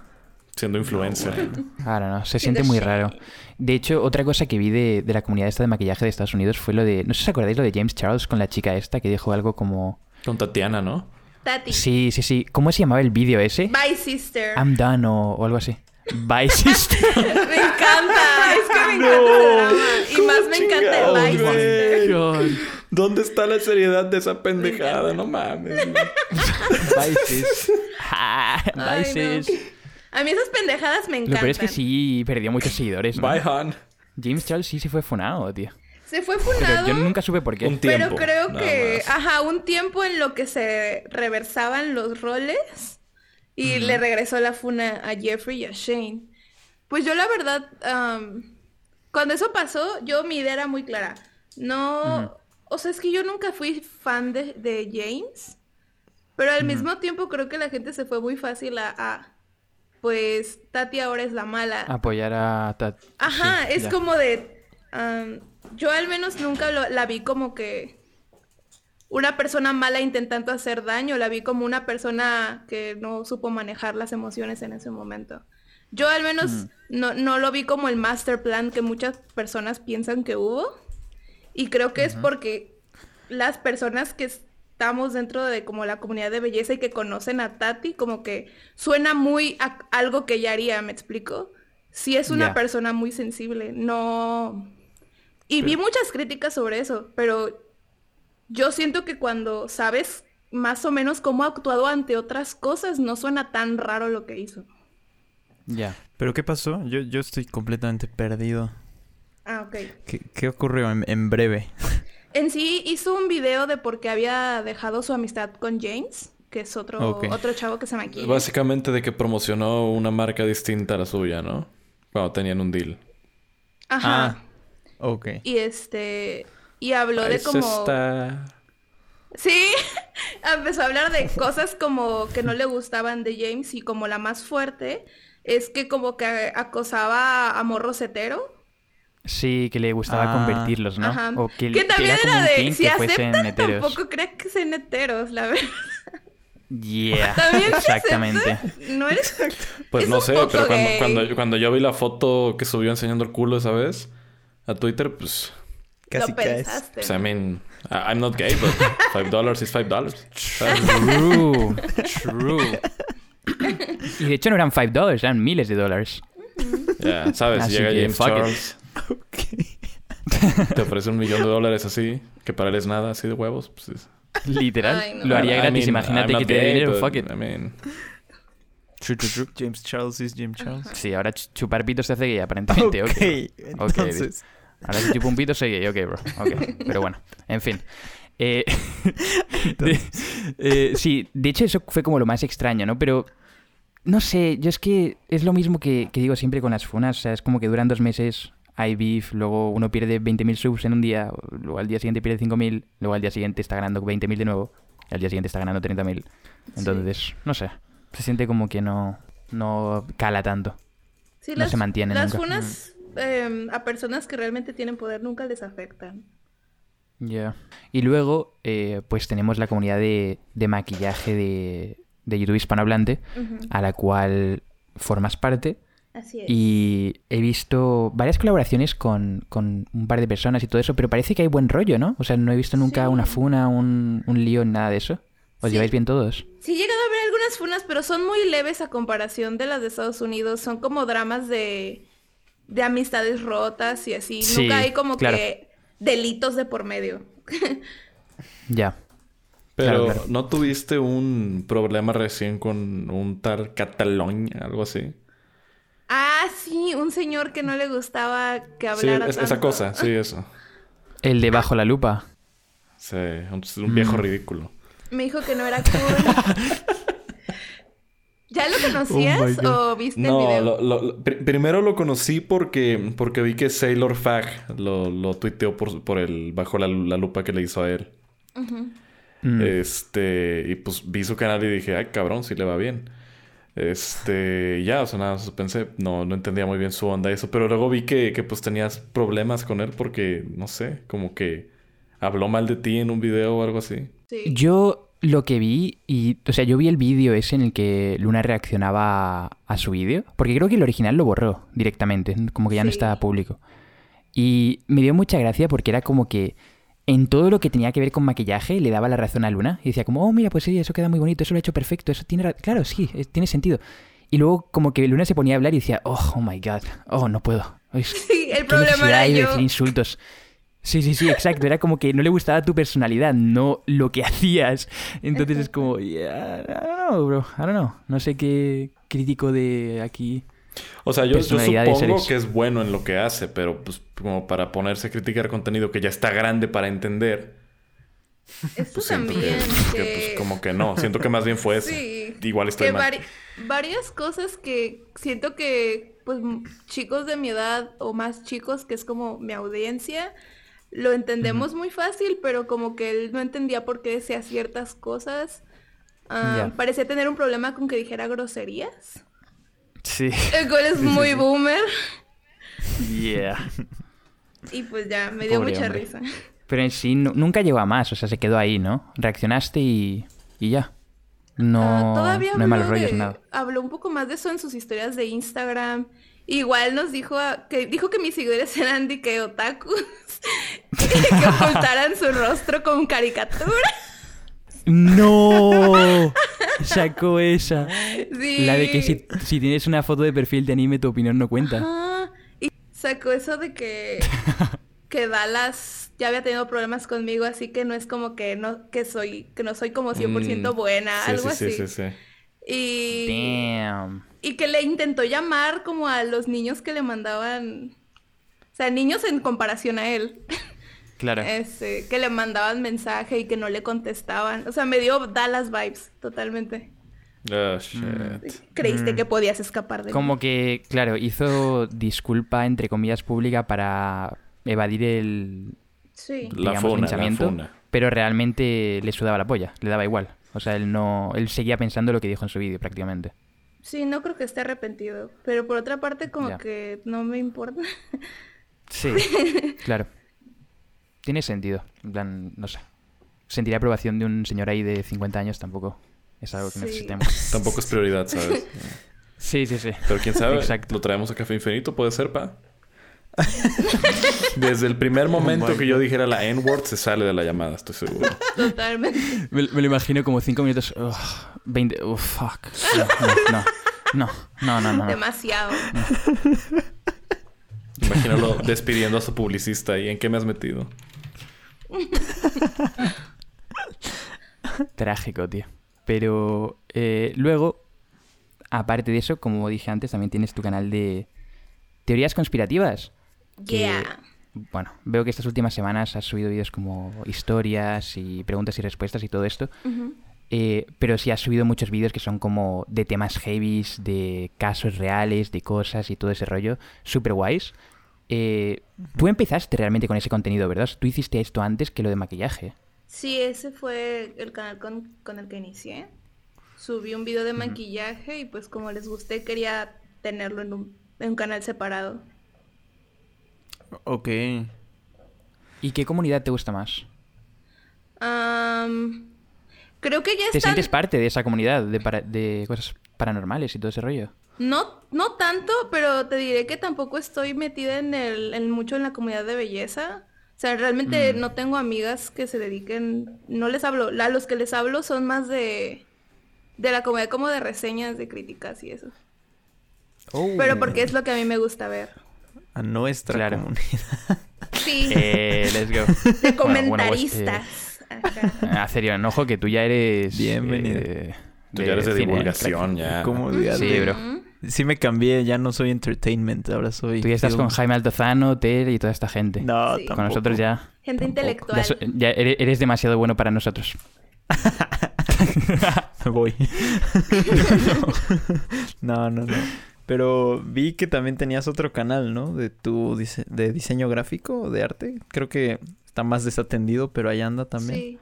S3: Siendo influencer.
S2: Ahora no, se siente muy raro. De hecho, otra cosa que vi de, de la comunidad esta de maquillaje de Estados Unidos fue lo de. No sé si os acordáis lo de James Charles con la chica esta que dijo algo como.
S3: Con Tatiana, ¿no?
S5: Tati.
S2: Sí, sí, sí. ¿Cómo se llamaba el vídeo ese?
S5: Bye, sister.
S2: I'm done o, o algo así. Bye, sister.
S5: Me encanta. Es que me encanta ese drama. Y más me encanta el bye, sister.
S3: ¿Dónde está la seriedad de esa pendejada? No mames. man.
S2: Bye, sis. Ja,
S5: Ay,
S2: Bye,
S5: no.
S2: sis.
S5: A mí esas pendejadas me encantan.
S2: Lo peor es que sí perdió muchos seguidores. ¿no?
S3: Bye, Han.
S2: James Charles sí se fue funado, tío.
S5: Se fue
S2: Pero
S5: funado.
S2: yo nunca supe por qué.
S3: Un
S5: Pero
S3: tiempo,
S5: creo
S3: nada
S5: que,
S3: más.
S5: ajá, un tiempo en lo que se reversaban los roles y le regresó la funa a Jeffrey y a Shane. Pues yo la verdad, am, cuando eso pasó, yo mi idea era muy clara. No, o sea, es que yo nunca fui fan de, de James, pero al mismo tiempo creo que la gente se fue muy fácil a, a, pues Tati ahora es la mala.
S2: Apoyar a Tat.
S5: Ajá,
S2: sí,
S5: es
S2: ya.
S5: como de... am, yo al menos nunca lo- la vi como que una persona mala intentando hacer daño, la vi como una persona que no supo manejar las emociones en ese momento. Yo al menos
S2: Mm.
S5: no, no lo vi como el master plan que muchas personas piensan que hubo. Y creo que es porque las personas que estamos dentro de como la comunidad de belleza y que conocen a Tati, como que suena muy a algo que ella haría, ¿me explico? Sí es una
S2: Ya.
S5: persona muy sensible, no... Y vi muchas críticas sobre eso, pero yo siento que cuando sabes más o menos cómo ha actuado ante otras cosas, no suena tan raro lo que hizo.
S2: Ya.
S4: ¿Pero qué pasó? Yo, yo estoy completamente perdido.
S5: Ah, ok.
S4: ¿Qué, qué ocurrió en, en breve?
S5: En sí hizo un video de por qué había dejado su amistad con James, que es otro,
S4: Ok.
S5: otro chavo que se maquilla.
S3: Básicamente de que promocionó una marca distinta a la suya, ¿no? Cuando tenían un deal.
S5: Ajá.
S4: Ah. Ok.
S5: Y este. Y habló
S3: Ahí
S5: de
S3: se
S5: como.
S3: Ah, está.
S5: Sí, empezó a hablar de cosas como que no le gustaban de James y como la más fuerte es que como que acosaba a morros hetero.
S2: Sí, que le gustaba
S4: Ah.
S2: convertirlos, ¿no?
S5: Ajá.
S2: O que, que
S5: también
S2: como
S5: era
S2: un
S5: de
S2: king
S5: si
S2: que fuesen
S5: aceptan
S2: heteros.
S5: tampoco crean que sean heteros, la verdad.
S2: Yeah,
S5: También si
S2: exactamente.
S5: aceptas, no eres
S3: Pues
S5: Es
S3: no
S5: un
S3: sé,
S5: poco
S3: pero cuando,
S5: gay.
S3: cuando, cuando yo vi la foto que subió enseñando el culo esa vez a Twitter, pues,
S5: lo pensaste.
S3: pues I mean, I- I'm not gay, but five dollars is five dollars.
S2: True, true. Uh. Y de hecho no eran 5 dólares, eran miles de dólares.
S3: Ya, sabes,
S2: Así
S3: llega
S2: que
S3: James
S2: fuck it.
S3: Charles, te ofrece un millón de dólares así, que para él es nada, así de huevos. Pues, es-
S2: Literal.
S5: Ay, no.
S2: Lo haría
S3: I
S2: gratis,
S3: mean,
S2: imagínate
S3: I'm
S2: que
S3: not
S2: te dé
S3: gay,
S2: dinero,
S3: but,
S2: fuck it.
S3: I mean,
S4: True, true, true. James Charles es James Charles.
S2: Sí, ahora ch- chupar pito se hace gay, aparentemente. Ok. bro. Ok,
S4: entonces.
S2: Ahora si chupo un pito soy gay, ok, bro. Ok, pero bueno, en fin. Eh, de- eh, sí, de hecho eso fue como lo más extraño, ¿no? Pero no sé, yo es que es lo mismo que, que digo siempre con las funas, o sea, es como que duran dos meses, hay beef, luego uno pierde 20.000 subs en un día, luego al día siguiente pierde 5.000, luego al día siguiente está ganando 20.000 de nuevo, y al día siguiente está ganando 30.000. Entonces, no sé, se siente como que no, no cala tanto.
S5: Sí,
S2: No se mantiene
S5: Las
S2: nunca.
S5: funas eh, a personas que realmente tienen poder nunca les afectan.
S2: Ya. Y luego, eh, pues tenemos la comunidad de, de maquillaje de, de YouTube hispanohablante, a la cual formas parte.
S5: Así es.
S2: Ah, Y he visto varias colaboraciones con, con un par de personas y todo eso, pero parece que hay buen rollo, ¿no? O sea, no he visto nunca
S5: Sí.
S2: una funa, un, un lío, nada de eso. ¿Os
S5: Sí.
S2: lleváis bien todos?
S5: Sí, he llegado a ver algunas funas, pero son muy leves a comparación de las de Estados Unidos. Son como dramas de, de amistades rotas y así.
S2: Sí,
S5: Nunca hay como
S2: claro.
S5: que delitos de por medio.
S2: Ya.
S3: pero,
S2: Claro, claro.
S3: ¿no tuviste un problema recién con un tal Cataluña, algo así?
S5: Ah, sí, un señor que no le gustaba que
S3: Sí,
S5: hablara
S3: es- esa
S5: tanto.
S3: cosa, sí, eso.
S2: El de bajo la lupa.
S3: Sí, Mm. un, un viejo ridículo.
S5: Me dijo que no era cool. ¿Ya lo conocías
S2: Oh God.
S5: o viste Este el
S3: No,
S5: video?
S3: lo- lo- lo- pri- primero lo conocí porque, porque vi que Sailor Fag lo, lo tuiteó por, por el, bajo la, la lupa que le hizo a él.
S2: Mm.
S3: Este, y pues vi su canal y dije, ay, cabrón, si le va bien. Este, y ya, o sea, nada, más pensé, no, no entendía muy bien su onda y eso, pero luego vi que, que pues tenías problemas con él porque, no sé, como que habló mal de ti en un video o algo así.
S5: Sí.
S2: Yo lo que vi, y, o sea, yo vi el vídeo ese en el que Luna reaccionaba a, a su vídeo, porque creo que el original lo borró directamente, como que ya no
S5: Sí.
S2: estaba público. Y me dio mucha gracia porque era como que en todo lo que tenía que ver con maquillaje le daba la razón a Luna y decía como, oh, mira, pues sí, eso queda muy bonito, eso lo ha hecho perfecto, eso tiene... ra- Claro, sí, es- tiene sentido. Y luego como que Luna se ponía a hablar y decía, oh, oh my God, oh, no puedo. Es-
S5: Sí, el
S2: Qué
S5: problema
S2: necesidad
S5: era
S2: hay de
S5: yo.
S2: decir insultos. Sí, sí, sí, exacto. Era como que no le gustaba tu personalidad, no lo que hacías. Entonces es como, yeah, I don't know, bro. I don't know. No sé qué crítico de aquí.
S3: O sea, yo, yo
S2: Personalidad de
S3: supongo
S2: seres.
S3: que es bueno en lo que hace, pero pues como para ponerse a criticar contenido que ya está grande para entender,
S5: Eso
S3: pues siento
S5: también.
S3: que,
S5: que-
S3: que, pues, como que no, siento que más bien fue eso.
S5: Sí.
S3: Igual estoy
S5: que
S3: mal.
S5: vari- varias cosas que siento que pues m- chicos de mi edad o más chicos que es como mi audiencia lo entendemos muy fácil pero como que él no entendía por qué decía ciertas cosas Ah,
S2: Ya.
S5: parecía tener un problema con que dijera groserías
S2: Sí.
S5: el cual es muy boomer
S2: Yeah.
S5: y pues ya me dio
S2: Pobre
S5: mucha
S2: hombre.
S5: risa
S2: Pero en sí nu- nunca llegó a más. O sea, se quedó ahí, ¿no? Reaccionaste y, y ya. No,
S5: Ah, todavía
S2: no hay malos
S5: habló
S2: rollos,
S5: de-
S2: nada.
S5: Habló un poco más de eso en sus historias de Instagram. Igual nos dijo a- que dijo que mis seguidores eran de que otakus y que ocultaran su rostro con caricatura.
S2: ¡No! Sacó esa.
S5: Sí.
S2: La de que si, si tienes una foto de perfil de anime, tu opinión no cuenta.
S5: Ajá. Y sacó eso de que que Dallas ya había tenido problemas conmigo, así que no es como que no que soy que no soy como 100%
S3: Mm,
S5: buena,
S3: Sí, sí,
S5: algo así.
S3: sí, sí, sí.
S5: Y
S2: Damn.
S5: Y que le intentó llamar como a los niños que le mandaban. O sea, niños en comparación a él.
S2: Claro.
S5: Este, que le mandaban mensaje y que no le contestaban. O sea, me dio Dallas vibes totalmente.
S2: Mm.
S3: Ah, shit.
S5: Creíste que podías escapar de mí.
S2: Como que, claro, hizo disculpa, entre comillas, pública para evadir el,
S5: Sí.
S3: La
S2: digamos,
S3: funa, la
S2: linchamiento,
S3: funa.
S2: pero realmente le sudaba la polla, le daba igual. O sea, él no él seguía pensando lo que dijo en su vídeo prácticamente.
S5: Sí, no creo que esté arrepentido. Pero por otra parte, como
S2: Ya.
S5: que no me importa.
S2: Sí. Claro. Tiene sentido. En plan, no sé. Sentir aprobación de un señor ahí de 50 años tampoco es algo que
S5: Sí.
S2: necesitemos.
S3: Tampoco es prioridad, ¿sabes?
S2: Sí, sí, sí.
S3: Pero quién sabe,
S2: Exacto.
S3: lo traemos a Café Infinito, puede ser, pa. Desde el primer momento que yo dijera la N-word, se sale de la llamada, estoy seguro.
S5: Totalmente.
S2: Me, me lo imagino como 5 minutos. ugh, 20. Oh, fuck. No, no, no, no, no. no, no.
S5: Demasiado.
S3: Imagínalo despidiendo a su publicista y en qué me has metido.
S2: Trágico, tío. Pero eh, luego, aparte de eso, como dije antes, también tienes tu canal de teorías conspirativas. que,
S5: Yeah.
S2: Bueno, veo que estas últimas semanas has subido vídeos como historias y preguntas y respuestas y todo esto. Eh, pero sí has subido muchos vídeos que son como de temas heavies, de casos reales, de cosas y todo ese rollo. Super guays. Eh, tú empezaste realmente con ese contenido, ¿verdad? Tú hiciste esto antes que lo de maquillaje.
S5: Sí, ese fue el canal con, con el que inicié. Subí un video de maquillaje y pues como les gusté quería tenerlo en un, en un canal separado.
S4: Ok.
S2: ¿Y qué comunidad te gusta más?
S5: Am, creo que ya
S2: ¿Te
S5: están...
S2: sientes parte de esa comunidad de, para- de cosas paranormales y todo ese rollo?
S5: No, no tanto, pero te diré que tampoco estoy metida en el, en mucho en la comunidad de belleza. O sea, realmente
S2: Mm.
S5: no tengo amigas que se dediquen, no les hablo, a los que les hablo son más de, de la comunidad como de reseñas, de críticas y eso. Pero porque
S2: Mm.
S5: es lo que a mí me gusta ver.
S4: Oh, A nuestra
S2: Claro.
S4: comunidad.
S5: Sí.
S2: Eh, let's go.
S5: De
S2: Bueno, eh, bueno, vos, eh,
S5: comentaristas. Ajá.
S2: Acerio, enojo que tú ya eres...
S4: Bienvenido.
S2: eh,
S3: Tú ya eres de
S2: cine,
S3: divulgación,
S2: Ah.
S3: ya.
S4: ¿Cómo
S2: Sí, bro.
S4: Sí me cambié, ya no soy entertainment, ahora soy...
S2: Tú ya estás con
S4: film.
S2: Jaime Altozano, Ter y toda esta gente.
S4: No,
S5: Sí.
S4: tampoco.
S2: Con nosotros ya...
S4: tampoco.
S5: Gente
S2: eh,
S5: intelectual.
S2: Ya, so- ya ere- eres demasiado bueno para nosotros.
S4: Voy. no, no, no. Pero vi que también tenías otro canal, ¿no? De tu dise- de diseño gráfico, de arte. Creo que está más desatendido, pero ahí anda también.
S5: Sí.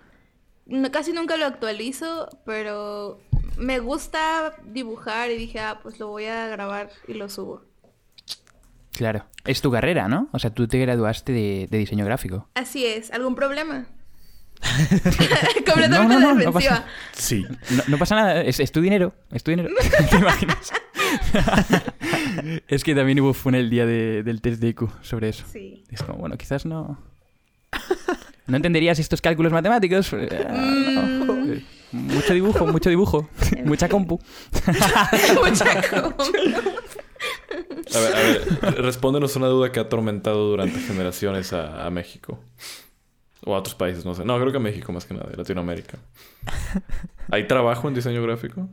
S5: No, casi nunca lo actualizo, pero me gusta dibujar y dije, ah, pues lo voy a grabar y lo subo.
S2: Claro. Es tu carrera, ¿no? O sea, tú te graduaste de, de diseño gráfico.
S5: Así es, ¿algún problema? Completamente
S2: No, no, no, no
S5: defensiva.
S2: pasa- Sí. No, no pasa nada, es, es tu dinero, es tu dinero. ¿Te imaginas? es que también hubo fun el día de- del test de IQ sobre eso.
S5: Sí.
S2: Es como, bueno, quizás no... No entenderías estos cálculos matemáticos. eh,
S4: Mm.
S2: no. Eh, Mucho dibujo, mucho dibujo, mucha compu.
S5: Mucha com-
S3: A ver, a ver, respóndenos una duda que ha atormentado durante generaciones a, a México. O a otros países, no sé. No, creo que a México más que nada, Latinoamérica. ¿Hay trabajo en diseño gráfico?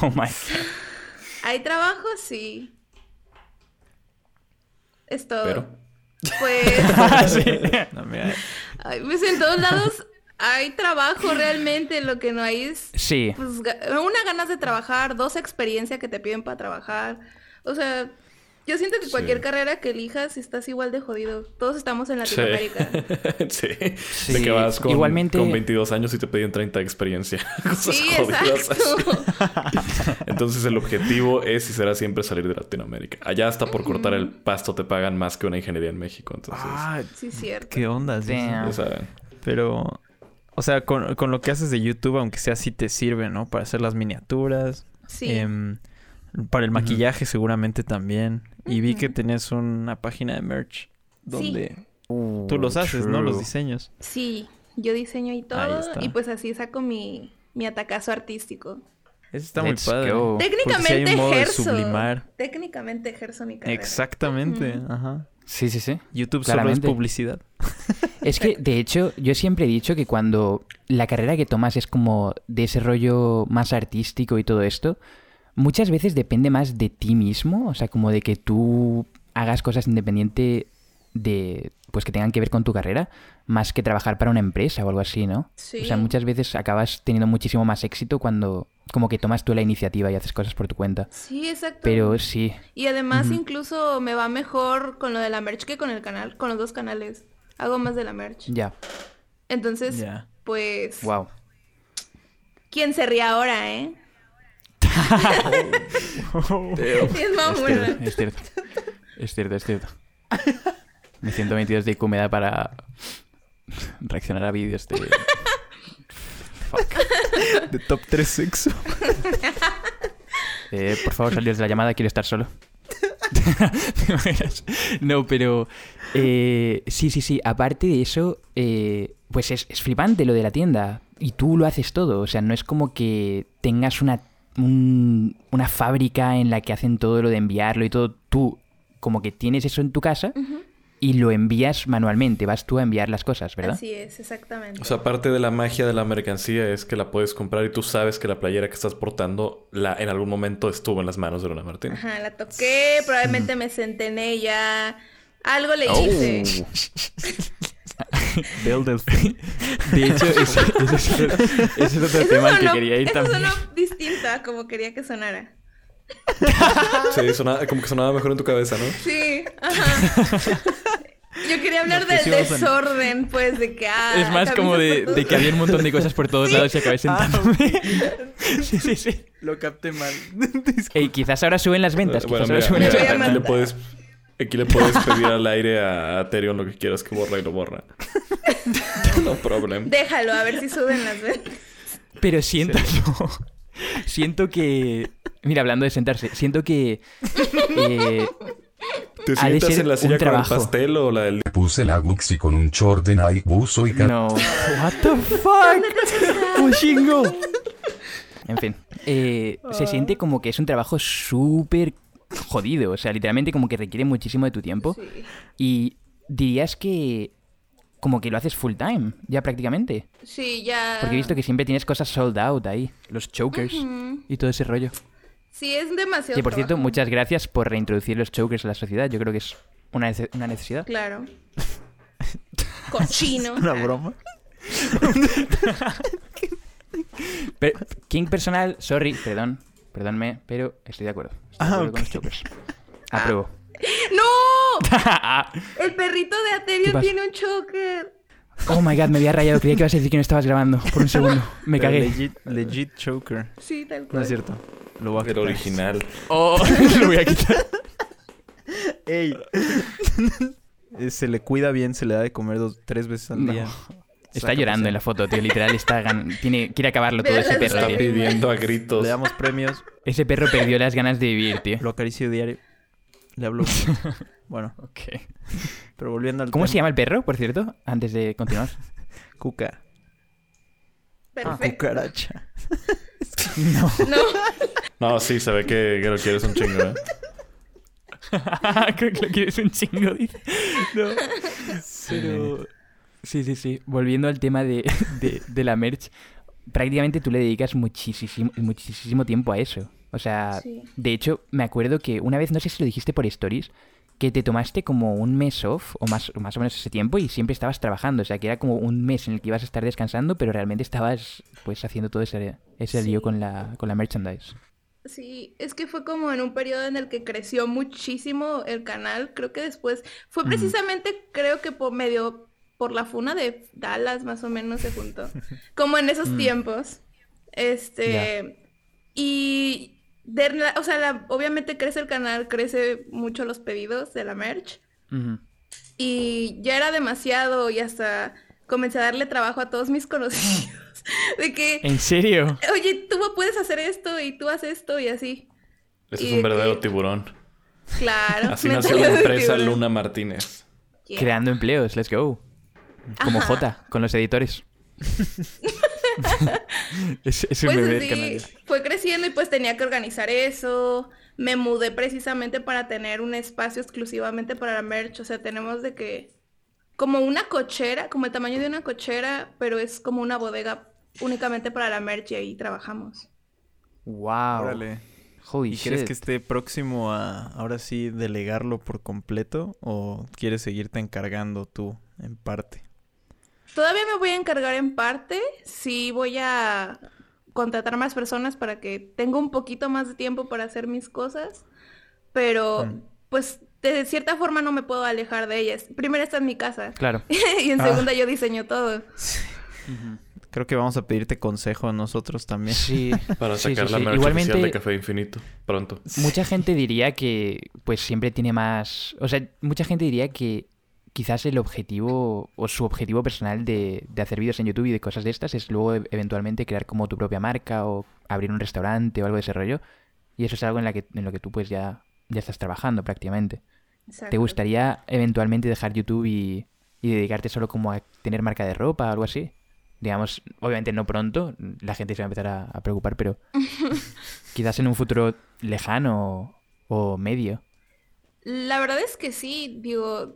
S2: Oh my.
S5: ¿Hay trabajo? Sí. Es todo.
S3: Pero.
S5: Pues,
S4: No, mira,
S5: ay, pues en todos lados hay trabajo realmente, lo que no hay es
S2: Sí,
S5: pues, ga- una ganas de trabajar, dos experiencia que te piden para trabajar. O sea, yo siento que cualquier
S3: Sí.
S5: carrera que elijas estás igual de jodido. Todos estamos en
S3: Sí.
S5: Latinoamérica.
S3: sí.
S2: Sí.
S3: De que vas con,
S2: Igualmente-
S3: con 22 años y te pedían 30 de experiencia. Cosas
S5: Sí,
S3: jodidas así.
S5: exacto.
S3: Entonces el objetivo es y será siempre salir de Latinoamérica. Allá hasta por cortar el pasto te pagan más que una ingeniería en México. Entonces,
S2: Ah,
S5: Sí, cierto.
S4: qué onda. sí, sí.
S2: Damn.
S3: ya saben.
S4: Pero, o sea, con, con lo que haces de YouTube, aunque sea así, te sirve, ¿no? Para hacer las miniaturas.
S5: Sí.
S4: em, para el maquillaje, seguramente también. Y vi que tenías una página de merch donde
S2: Oh,
S4: tú los haces, ¿no? Los diseños.
S5: Sí, yo diseño y
S4: Ahí
S5: todo.
S4: está.
S5: Y pues así saco mi, mi atacazo artístico.
S4: Eso está
S2: Let's
S4: muy padre.
S2: go.
S4: Porque sí
S5: Técnicamente
S4: hay un modo de
S5: ejerzo.
S4: sublimar.
S5: Técnicamente ejerzo mi carrera.
S4: Exactamente, ajá.
S2: Sí, sí, sí.
S4: YouTube solo
S2: Claramente.
S4: es publicidad.
S2: Es que, de hecho, yo siempre he dicho que cuando la carrera que tomas es como de ese rollo más artístico y todo esto, muchas veces depende más de ti mismo, o sea, como de que tú hagas cosas independiente de, pues que tengan que ver con tu carrera, más que trabajar para una empresa o algo así, ¿no?
S5: Sí.
S2: O sea, muchas veces acabas teniendo muchísimo más éxito cuando como que tomas tú la iniciativa y haces cosas por tu cuenta.
S5: Sí, exacto.
S2: Pero sí,
S5: Y además incluso me va mejor con lo de la merch que con el canal, con los dos canales. Hago más de la merch.
S2: ya,
S5: Entonces,
S4: Ya.
S5: pues,
S2: wow.
S5: ¿quién se ríe ahora, eh? es mamona.
S2: Es cierto. Es cierto, es cierto. Mi 122 de IQ me da para reaccionar a vídeos de...
S4: De top 3 sexo.
S2: Eh, por favor, salid de la llamada, quiero estar solo. ¿Te imaginas? No, pero... eh, sí, sí, sí. Aparte de eso, eh, pues es, es flipante lo de la tienda. Y tú lo haces todo. O sea, no es como que tengas una, un- una fábrica en la que hacen todo lo de enviarlo y todo. Tú como que tienes eso en tu casa y lo envías manualmente. Vas tú a enviar las cosas, ¿verdad?
S5: Así es, exactamente.
S3: O sea, parte de la magia de la mercancía es que la puedes comprar y tú sabes que la playera que estás portando la, en algún momento estuvo en las manos de Luna Martín.
S5: Ajá, la toqué,
S4: Mm.
S5: probablemente me senté en ella. Algo
S2: Oh.
S5: le hice.
S4: Build el
S2: De hecho, ese, ese es, otro- ese es otro
S5: Eso
S2: tema al que
S5: sonó-
S2: quería ir
S5: eso
S2: también.
S5: sonó distinto a como quería que sonara.
S3: Sí, sonaba- como que sonaba mejor en tu cabeza, ¿no?
S5: Sí, ajá. Yo quería hablar
S4: Nos
S5: del
S4: pusimos en-
S5: desorden, pues, de que... ah,
S2: Es más como
S5: camisas
S2: de,
S5: por
S2: de que
S5: todos- Ah,
S2: había un montón de cosas por todos lados y acabé sentándome. sí, sí, sí.
S4: Lo capté mal.
S2: Ey, quizás ahora suben las ventas.
S3: Eh,
S2: Quizás
S3: mira,
S2: ahora suben
S3: mira,
S2: las
S5: Me voy
S2: ventas.
S5: a
S3: aquí, le
S5: matar.
S3: puedes, aquí le puedes pedir al aire a, a Terion lo que quieras que borra y lo borra. no problem.
S5: Déjalo, a ver si suben las ventas.
S2: Pero siento, no. siento que... Mira, hablando de sentarse, siento que... eh,
S3: ¿Te
S2: Ha de
S3: sientas
S2: ser
S3: en la
S2: un
S3: silla con el
S2: trabajo.
S3: pastel o la del
S6: Me puse la Guxi con un short de Nike, buzo y cadena.
S2: no. What the fuck? Un chingo. En fin. eh, se siente como que es un trabajo súper jodido. O sea, literalmente como que requiere muchísimo de tu tiempo.
S5: Sí.
S2: Y dirías que como que lo haces full time, ya prácticamente.
S5: Sí, ya...
S2: Porque he visto que siempre tienes cosas sold out ahí, los chokers
S5: Ujú.
S2: y todo ese rollo.
S5: Sí, es demasiado
S2: Que por cierto,
S5: trabajo.
S2: muchas gracias por reintroducir los chokers a la sociedad. Yo creo que es una, nece- una necesidad.
S5: Claro. Cochino.
S4: ¿Una broma?
S2: Pero, King personal, sorry, perdón, perdónme, pero estoy de acuerdo. Estoy de
S4: Ah,
S2: acuerdo con los
S4: ok.
S2: choppers. Apruebo.
S5: ¡No! El perrito de
S2: ¿Qué
S5: Aterion
S2: pasa?
S5: tiene un choker.
S2: oh my god, me había rayado. Creía que ibas a decir que no estabas grabando por un segundo. Me
S4: Pero
S2: cagué.
S4: Legit, legit choker.
S5: Sí, tal cual.
S4: No es cierto. Lo voy a
S3: El
S4: quitar.
S3: original.
S2: Oh, lo voy a quitar.
S4: Ey. Eh, se le cuida bien, se le da de comer dos, tres veces al
S2: No.
S4: día.
S2: Está
S4: Sácalo,
S2: llorando en la
S4: sácalo.
S2: foto, tío. Literal, está gan- tiene quiere acabarlo todo
S5: Veo
S2: ese
S5: las
S2: perro,
S3: Está
S2: tío.
S3: pidiendo a gritos.
S4: Le damos premios,
S2: Ese perro perdió las ganas de vivir, tío.
S4: lo acaricio diario. Le hablo. Bueno,
S2: Ok.
S4: pero volviendo al
S2: ¿Cómo se
S4: tema.
S2: llama el perro, por cierto? Antes de continuar.
S4: Cuca.
S5: Perfecto.
S4: Cucaracha.
S5: No,
S3: No, sí, se ve que, que lo quieres un chingo, ¿eh?
S2: Creo que lo quieres un chingo, dice. No. Pero. Sí, sí, sí. Volviendo al tema de, de- de la merch, prácticamente tú le dedicas muchísimo, muchísimo tiempo a eso. O sea,
S5: Sí.
S2: de hecho, me acuerdo que una vez, no sé si lo dijiste por stories, que te tomaste como un mes off, o más, o más o menos ese tiempo, y siempre estabas trabajando. O sea, que era como un mes en el que ibas a estar descansando, pero realmente estabas pues haciendo todo ese, ese
S5: Sí.
S2: lío con la, con la merchandise.
S5: sí, es que fue como en un periodo en el que creció muchísimo el canal. Creo que después fue precisamente, creo que por medio por la funa de Dallas, más o menos se juntó. Como en
S4: Mm.
S5: esos tiempos. Este. Y. de la- o sea, la- obviamente crece el canal, crece mucho los pedidos de la merch. Y ya era demasiado y hasta comencé a darle trabajo a todos mis conocidos. De que,
S2: ¿En serio?
S5: oye, tú puedes hacer esto y tú haces esto y así.
S3: Este es
S5: Y-
S3: un verdadero
S5: y-
S3: tiburón.
S5: Claro.
S3: Así
S5: me
S3: nació
S5: salió
S3: la
S5: de
S3: empresa
S5: tiburón.
S3: Luna Martínez.
S5: Yeah.
S2: Creando empleos, let's go. Como
S5: Ajá.
S2: J, con los editores. es, es un
S5: Pues
S2: bebé el
S5: así,
S2: canal ya.
S5: fue creciendo y pues tenía que organizar eso. Me mudé precisamente para tener un espacio exclusivamente para la merch. O sea, tenemos de que como una cochera, como el tamaño de una cochera, pero es como una bodega únicamente para la merch y ahí trabajamos.
S2: Wow.
S4: Órale.
S2: Holy
S4: ¿Y crees
S2: shit.
S4: que esté próximo a ahora sí delegarlo por completo o quieres seguirte encargando tú en parte?
S5: Todavía me voy a encargar en parte, sí voy a contratar más personas para que tenga un poquito más de tiempo para hacer mis cosas, pero
S4: Mm.
S5: pues de cierta forma no me puedo alejar de ellas. Primero está en mi casa
S2: Claro.
S5: y en
S4: Ah.
S5: segunda yo diseño todo.
S4: Creo que vamos a pedirte consejo a nosotros también.
S2: Sí.
S3: Para
S2: Sí, sí,
S3: sacar la
S2: sí.
S3: merch
S2: Igualmente,
S3: oficial de Café Infinito. Pronto.
S2: mucha gente diría que pues siempre tiene más... O sea, mucha gente diría que quizás el objetivo o su objetivo personal de, de hacer vídeos en YouTube y de cosas de estas es luego e- eventualmente crear como tu propia marca o abrir un restaurante o algo de ese rollo. Y eso es algo en, la que, en lo que tú pues ya, ya estás trabajando prácticamente. ¿Te
S5: Exacto.
S2: gustaría eventualmente dejar YouTube y, y dedicarte solo como a tener marca de ropa o algo así? Digamos, obviamente no pronto, la gente se va a empezar a, a preocupar, pero quizás en un futuro lejano o, o medio.
S5: La verdad es que sí, digo,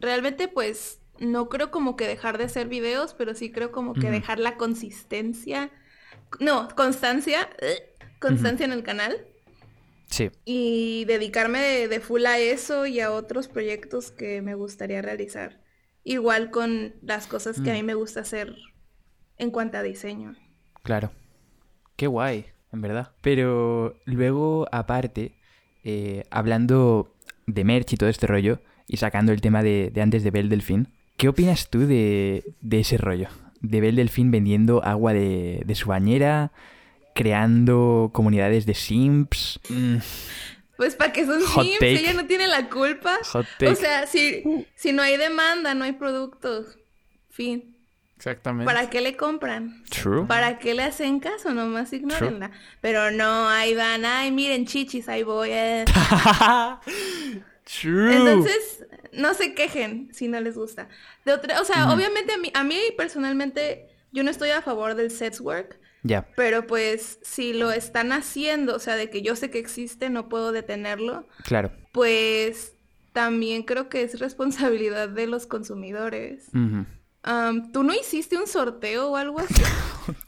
S5: realmente pues no creo como que dejar de hacer videos, pero sí creo como que
S2: Ujú.
S5: dejar la consistencia, no, constancia, constancia en el canal.
S2: Sí.
S5: y dedicarme de, de full a eso y a otros proyectos que me gustaría realizar. Igual con las cosas que a
S2: Mm.
S5: mí me gusta hacer en cuanto a diseño.
S2: Claro. Qué guay, en verdad. Pero luego, aparte, eh, hablando de merch y todo este rollo, y sacando el tema de, de antes de Bel Delfín, ¿qué opinas tú de, de ese rollo? De Bel Delfín vendiendo agua de, de su bañera, creando comunidades de simps. Mm,
S5: Pues para que son
S2: Hot
S5: sims,
S2: take.
S5: ella no tiene la culpa.
S2: hot take.
S5: O sea, si, si no hay demanda, no hay productos. Fin.
S4: Exactamente.
S5: ¿Para qué le compran?
S2: True.
S5: ¿Para qué le hacen caso? Nomás ignórenla. Pero no, ahí van, ay, miren, chichis, ahí voy. eh.
S2: True.
S5: Entonces, no se quejen si no les gusta. De otra, o sea, obviamente a mí, a mí personalmente yo no estoy a favor del sex work,
S2: Ya,
S5: pero pues si lo están haciendo, o sea, de que yo sé que existe, no puedo detenerlo,
S2: claro.
S5: pues también creo que es responsabilidad de los consumidores
S2: Ujú.
S5: am, ¿tú no hiciste un sorteo o algo así?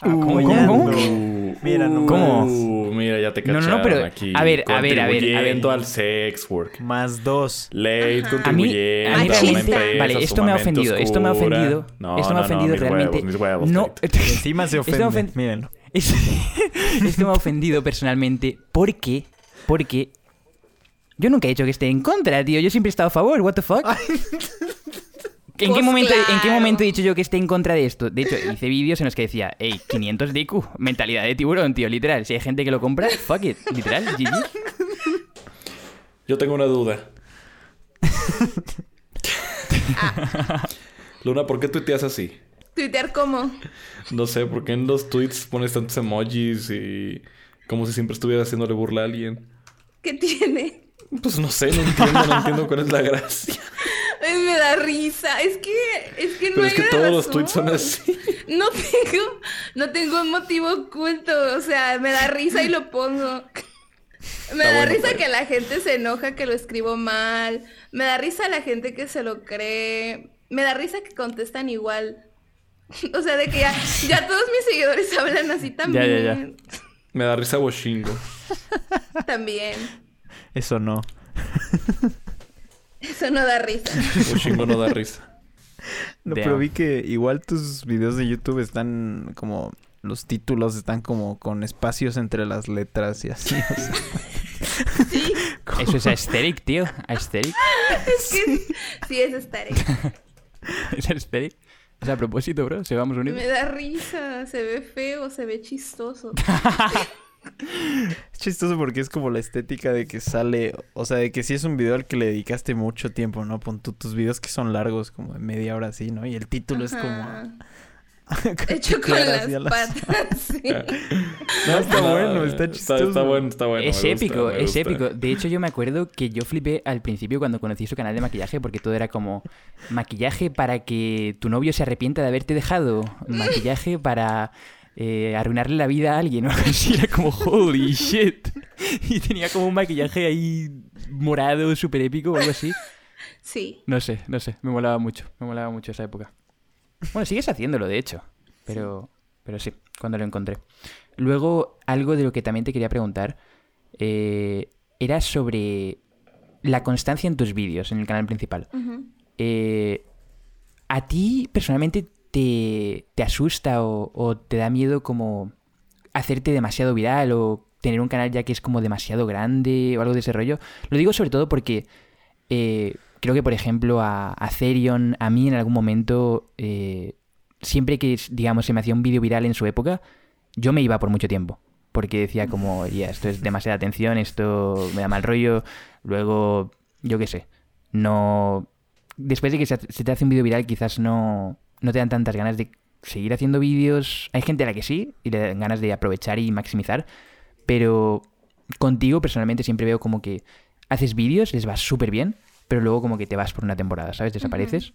S4: Ah,
S2: ¿cómo, cómo?
S3: Uh,
S4: Mira nomás.
S2: ¿Cómo?
S3: uh, mira, ya te
S2: No, no,
S3: cacharon
S2: no, pero-
S3: aquí.
S2: a ver, a ver, a ver, a ver.
S3: contribuyendo al sex work.
S4: Más dos.
S3: Ley
S5: Ajá.
S2: A mí,
S3: contribuyendo
S2: a mí
S3: una
S2: realmente,
S3: empresa
S2: vale, esto me ha
S3: sumamente
S2: ofendido, esto me ha
S3: oscura.
S2: ofendido,
S3: No,
S2: esto me ha
S3: no, no,
S2: ofendido
S3: mis
S2: realmente.
S3: huevos, mis huevos,
S2: no,
S3: Carito.
S4: Encima se
S2: Esto me
S4: ofende.
S2: Este ofende.
S4: Mírenlo.
S2: Es- Esto me ha ofendido personalmente. ¿Por qué? Porque yo nunca he hecho que esté en contra, tío. Yo siempre he estado a favor. What the fuck? ¿En, qué
S5: Pues
S2: momento, ¿En qué
S5: claro.
S2: momento he dicho yo que esté en contra de esto? De hecho, hice vídeos en los que decía, hey, 500 de IQ, mentalidad de tiburón, tío, literal. Si hay gente que lo compra, fuck it, literal, GG.
S3: Yo tengo una duda. Luna, ¿por qué tuiteas así?
S5: ¿Tuitear cómo?
S3: No sé, ¿por qué en los tweets pones tantos emojis y como si siempre estuviera haciéndole burla a alguien?
S5: ¿Qué tiene?
S3: Pues no sé, no entiendo, no entiendo cuál es la gracia.
S5: Ay, me da risa. Es que, es que no
S3: Pero es
S5: hay
S3: que
S5: una
S3: todos los
S5: razón.
S3: tweets son así.
S5: No tengo, no tengo un motivo oculto. O sea, me da risa y lo pongo. Me
S3: Está
S5: da
S3: bueno,
S5: risa
S3: pero-
S5: que la gente se enoja que lo escribo mal. Me da risa la gente que se lo cree. Me da risa que contestan igual. O sea, de que ya, ya todos mis seguidores hablan así
S2: ya,
S5: también.
S2: ya.
S3: Me da risa Washingo.
S5: También.
S4: Eso no.
S5: Eso no da risa.
S3: Washingo no da risa.
S4: No,
S2: Damn.
S4: pero vi que igual tus videos de YouTube están como... Los títulos están como con espacios entre las letras y así. o sea. Como-
S2: Eso es aesthetic, tío. Aesthetic.
S5: Es que sí es estar.
S2: Es aesthetic. Es a propósito, bro. Se vamos unidos.
S5: Me da risa. Se ve feo, se ve chistoso.
S4: Es chistoso porque es como la estética de que sale, o sea, de que sí es un video al que le dedicaste mucho tiempo, ¿no? Pon tú tus videos que son largos, como de media hora así, ¿no? Y el título
S5: Ajá.
S4: es como...
S5: Hecho con
S4: claras
S5: las
S4: y a
S5: patas, sí.
S4: No, está
S3: Ah,
S4: bueno, está
S3: está,
S4: chistoso.
S3: bueno, está bueno.
S2: es
S3: me gusta,
S2: épico,
S3: me
S2: es
S3: gusta.
S2: épico. De hecho, yo me acuerdo que yo flipé al principio cuando conocí su canal de maquillaje porque todo era como maquillaje para que tu novio se arrepienta de haberte dejado, maquillaje para eh, arruinarle la vida a alguien. o algo así era como, holy shit. Y tenía como un maquillaje ahí morado, súper épico o algo así.
S5: Sí.
S2: No sé, no sé. Me molaba mucho, me molaba mucho esa época. Bueno, sigues haciéndolo, de hecho. Pero, pero sí, cuando lo encontré. Luego, algo de lo que también te quería preguntar eh, era sobre la constancia en tus vídeos en el canal principal.
S5: Ujú.
S2: Eh, ¿A ti personalmente te, te asusta o, o te da miedo como hacerte demasiado viral o tener un canal ya que es como demasiado grande o algo de ese rollo? Lo digo sobre todo porque eh, creo que, por ejemplo, a, a Therion, a mí en algún momento, eh, siempre que, digamos, se me hacía un vídeo viral en su época, yo me iba por mucho tiempo. Porque decía como, ya, esto es demasiada atención, esto me da mal rollo. Luego, yo qué sé, no... Después de que se se te hace un vídeo viral, quizás no, no te dan tantas ganas de seguir haciendo vídeos. Hay gente a la que sí, y le dan ganas de aprovechar y maximizar. Pero contigo personalmente siempre veo como que haces vídeos, les va súper bien, pero luego como que te vas por una temporada, ¿sabes? Desapareces.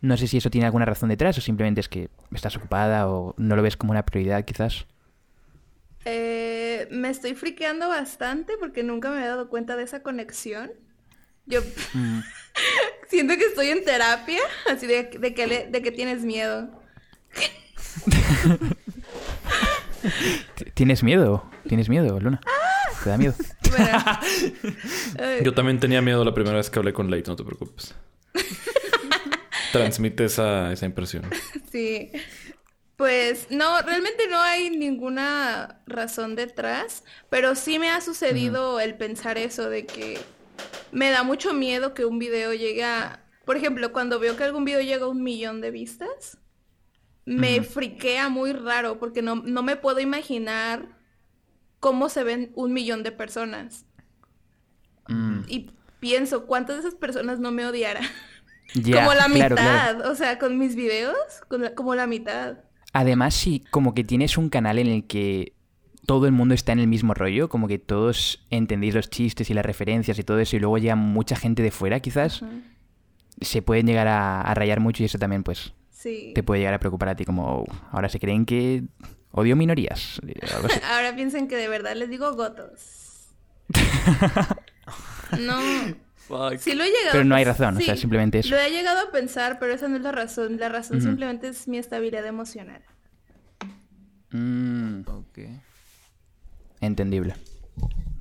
S2: No sé si eso tiene alguna razón detrás o simplemente es que estás ocupada o no lo ves como una prioridad quizás.
S5: Eh, me estoy friqueando bastante porque nunca me había dado cuenta de esa conexión. Yo
S4: Mm.
S5: siento que estoy en terapia, así de, de, que, le- de que tienes miedo.
S2: T- ¿Tienes miedo? ¿Tienes miedo, Luna?
S5: ¡Ah!
S2: ¿Te da miedo?
S5: Bueno, eh,
S3: Yo también tenía miedo la primera vez que hablé con Leite, no te preocupes. Transmite esa, esa impresión.
S5: Sí. Pues no, realmente no hay ninguna razón detrás, pero sí me ha sucedido el pensar eso de que me da mucho miedo que un video llegue a, por ejemplo, cuando veo que algún video llega a un millón de vistas, me friquea muy raro porque no, no me puedo imaginar cómo se ven un millón de personas. Y pienso, ¿cuántas de esas personas no me odiarán?
S2: Ya,
S5: como la mitad,
S2: claro, claro.
S5: o sea, con mis videos, con la- como la mitad.
S2: Además, si como que tienes un canal en el que todo el mundo está en el mismo rollo, como que todos entendéis los chistes y las referencias y todo eso, y luego llega mucha gente de fuera quizás, se pueden llegar a, a rayar mucho y eso también pues
S5: Sí.
S2: te puede llegar a preocupar a ti como, "Oh, ahora se creen que odio minorías. eh, algo así.
S5: Ahora piensen que de verdad les digo gotos. no.
S3: Fuck.
S5: Sí lo he llegado
S2: Pero no hay
S5: a pens-
S2: razón, o
S5: sí,
S2: sea, simplemente eso.
S5: Lo he llegado a pensar, pero esa no es la razón. La razón
S2: Ujú.
S5: simplemente es mi estabilidad emocional.
S2: Mm,
S4: Ok.
S2: entendible.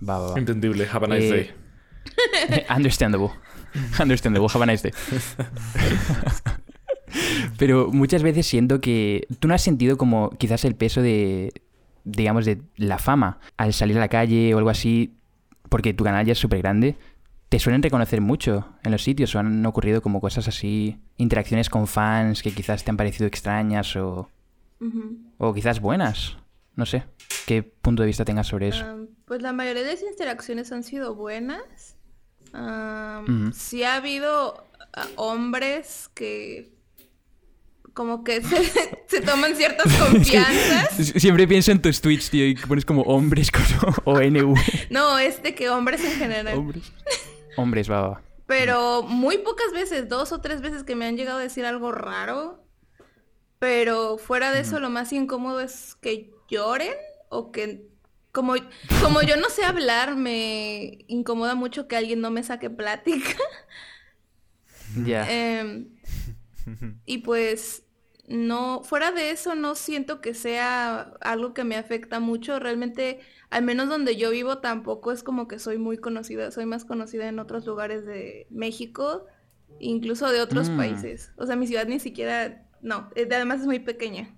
S2: Va, va, va.
S3: Entendible. Have a nice
S2: Eh,
S3: day.
S2: Understandable. Understandable, have a nice day. Pero muchas veces siento que tú no has sentido como quizás el peso de, digamos, de la fama al salir a la calle o algo así, porque tu canal ya es súper grande. Te suelen reconocer mucho en los sitios o han ocurrido como cosas así, interacciones con fans que quizás te han parecido extrañas o,
S5: Ujú.
S2: o quizás buenas. No sé qué punto de vista tengas sobre eso.
S5: Am, pues la mayoría de las interacciones han sido buenas. Am,
S2: Ujú.
S5: Sí ha habido ah, hombres que como que se, se toman ciertas confianzas.
S2: Sie- Siempre pienso en tus tweets, tío, y que pones como hombres con o NV.
S5: No, es de que hombres en general.
S2: Hombres. Hombres, va, va, va.
S5: Pero muy pocas veces, dos o tres veces que me han llegado a decir algo raro. Pero fuera de eso, lo más incómodo es que lloren o que... Como, como yo no sé hablar, me incomoda mucho que alguien no me saque plática.
S2: Ya.
S5: Em, y pues no, fuera de eso no siento que sea algo que me afecta mucho. Realmente, al menos donde yo vivo, tampoco es como que soy muy conocida. Soy más conocida en otros lugares de México, incluso de otros
S2: Mm.
S5: países. O sea, mi ciudad ni siquiera, no, eh, además es muy pequeña.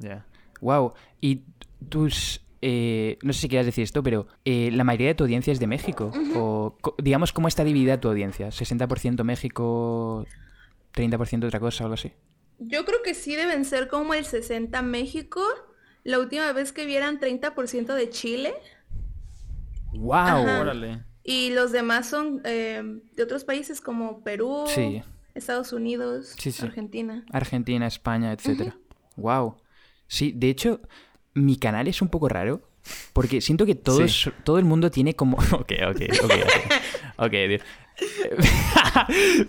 S4: Ya.
S2: Wow. Y tus. eh, no sé si quieras decir esto, pero eh, la mayoría de tu audiencia es de México. O co- digamos, ¿cómo está dividida tu audiencia? ¿60% México, 30% otra cosa o algo así?
S5: Yo creo que sí deben ser como el 60 México. La última vez que vieran 30% de Chile.
S2: ¡Wow!
S5: Ajá.
S4: Órale.
S5: Y los demás son eh, de otros países como Perú,
S2: Sí.
S5: Estados Unidos,
S2: Sí, sí.
S5: Argentina.
S2: Argentina, España, etcétera. Wow. Sí, de hecho, mi canal es un poco raro porque siento que todos, todo el mundo tiene como... Ok, ok, ok. Ok, ok, dude.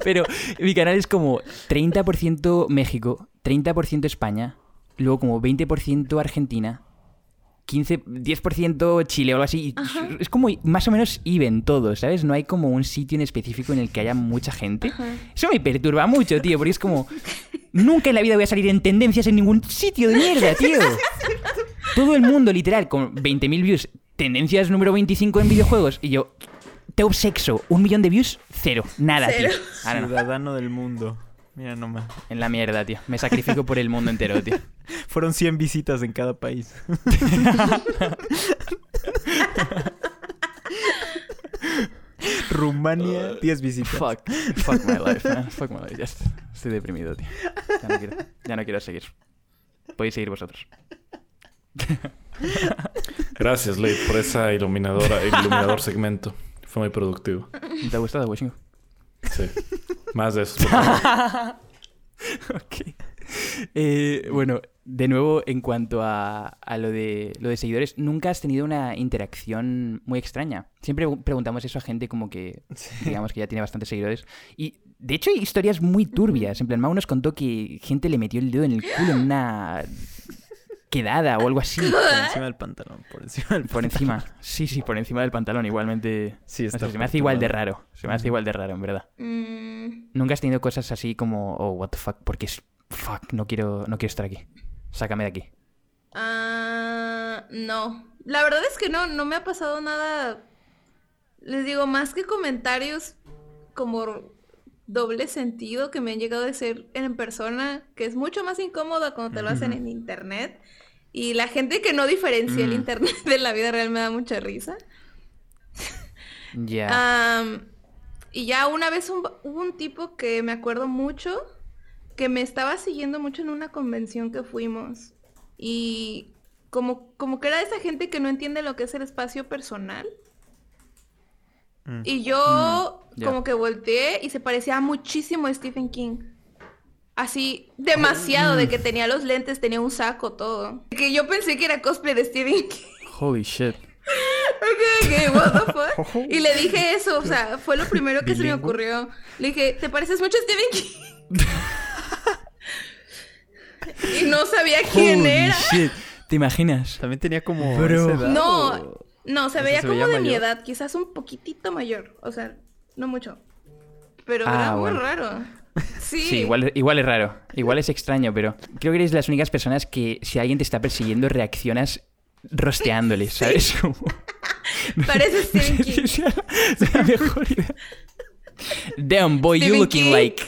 S2: Pero mi canal es como 30% México, 30% España, luego como 20% Argentina, 15, 10% Chile o algo así. Y Es como más o menos even todo, ¿sabes? No hay como un sitio en específico en el que haya mucha gente. Eso me perturba mucho, tío, porque es como... Nunca en la vida voy a salir en tendencias en ningún sitio de mierda, tío. Todo el mundo, literal, con 20.000 views, tendencias número 25 en videojuegos. Y yo... Teo sexo, un millón de views, cero. Nada,
S5: Cero.
S2: tío.
S4: Ah,
S2: Ahora no,
S4: Ciudadano del mundo. Mira nomás.
S2: en la mierda, tío. Me sacrifico por el mundo entero, tío.
S4: Fueron 100 visitas en cada país. Rumania, 10 visitas.
S2: Fuck, fuck my life, man. Fuck my life. Ya estoy, estoy deprimido, tío. Ya no, quiero, ya no quiero seguir. Podéis seguir vosotros.
S3: Gracias, Leigh, por esa iluminadora, iluminador segmento. Fue muy productivo.
S2: ¿Te ha gustado, Washington?
S3: Sí. Más de eso. por favor.
S2: Ok. Eh, bueno, de nuevo, en cuanto a, a lo, de, lo de seguidores, nunca has tenido una interacción muy extraña. Siempre preguntamos eso a gente como que, digamos que ya tiene bastantes seguidores. Y de hecho, hay historias muy turbias. En plan, Mau nos contó que gente le metió el dedo en el culo en una quedada o algo así.
S4: Por encima del pantalón, por encima del
S2: Por encima. Sí, sí, por encima del pantalón, igualmente.
S4: Sí,
S2: no sé,
S4: está
S2: se me hace igual de
S4: perturbado.
S2: raro. Se me hace igual de raro, en verdad.
S5: Mm,
S2: Nunca has tenido cosas así como, oh, what the fuck, porque es. Fuck, no quiero, no quiero estar aquí. Sácame de aquí.
S5: ah, no. La verdad es que no, no me ha pasado nada. Les digo, más que comentarios como doble sentido que me han llegado a hacer en persona, que es mucho más incómodo cuando te lo hacen en internet. Y la gente que no diferencia el
S2: Mm.
S5: internet de la vida real me da mucha risa.
S2: Ya.
S5: Ah. Am, y ya una vez un- hubo un tipo que me acuerdo mucho, que me estaba siguiendo mucho en una convención que fuimos. Y como, como que era de esa gente que no entiende lo que es el espacio personal.
S4: Mm.
S5: Y yo
S2: Mm, ya.
S5: como que volteé y se parecía muchísimo a Stephen King. Así, demasiado, de que tenía los lentes, tenía un saco, todo. Que yo pensé que era cosplay de Stephen King.
S2: Holy shit.
S5: Ok, ok, what the fuck? Y le dije eso, o sea, fue lo primero que se me ocurrió. Le dije, ¿te pareces mucho a Stephen King? y no sabía quién
S2: Holy
S5: era.
S2: shit. ¿Te imaginas?
S4: También tenía como.
S2: Bro.
S4: esa edad,
S5: No,
S4: o-
S5: no, se
S4: ¿Ese
S5: veía
S4: se
S5: como
S4: veía
S5: de mi
S4: mayor?
S5: edad, quizás un poquitito mayor. O sea, no mucho. Pero
S2: Ah,
S5: era muy
S2: bueno.
S5: raro. Sí,
S2: Sí, igual, igual es raro. Igual es extraño, pero creo que eres las únicas personas que si alguien te está persiguiendo reaccionas rosteándoles, ¿sabes? Como-
S5: parece Stephen
S2: no sé
S5: King.
S2: si sea la- la mejor idea. Damn, boy, you
S5: Stephen
S2: looking
S5: King.
S2: like.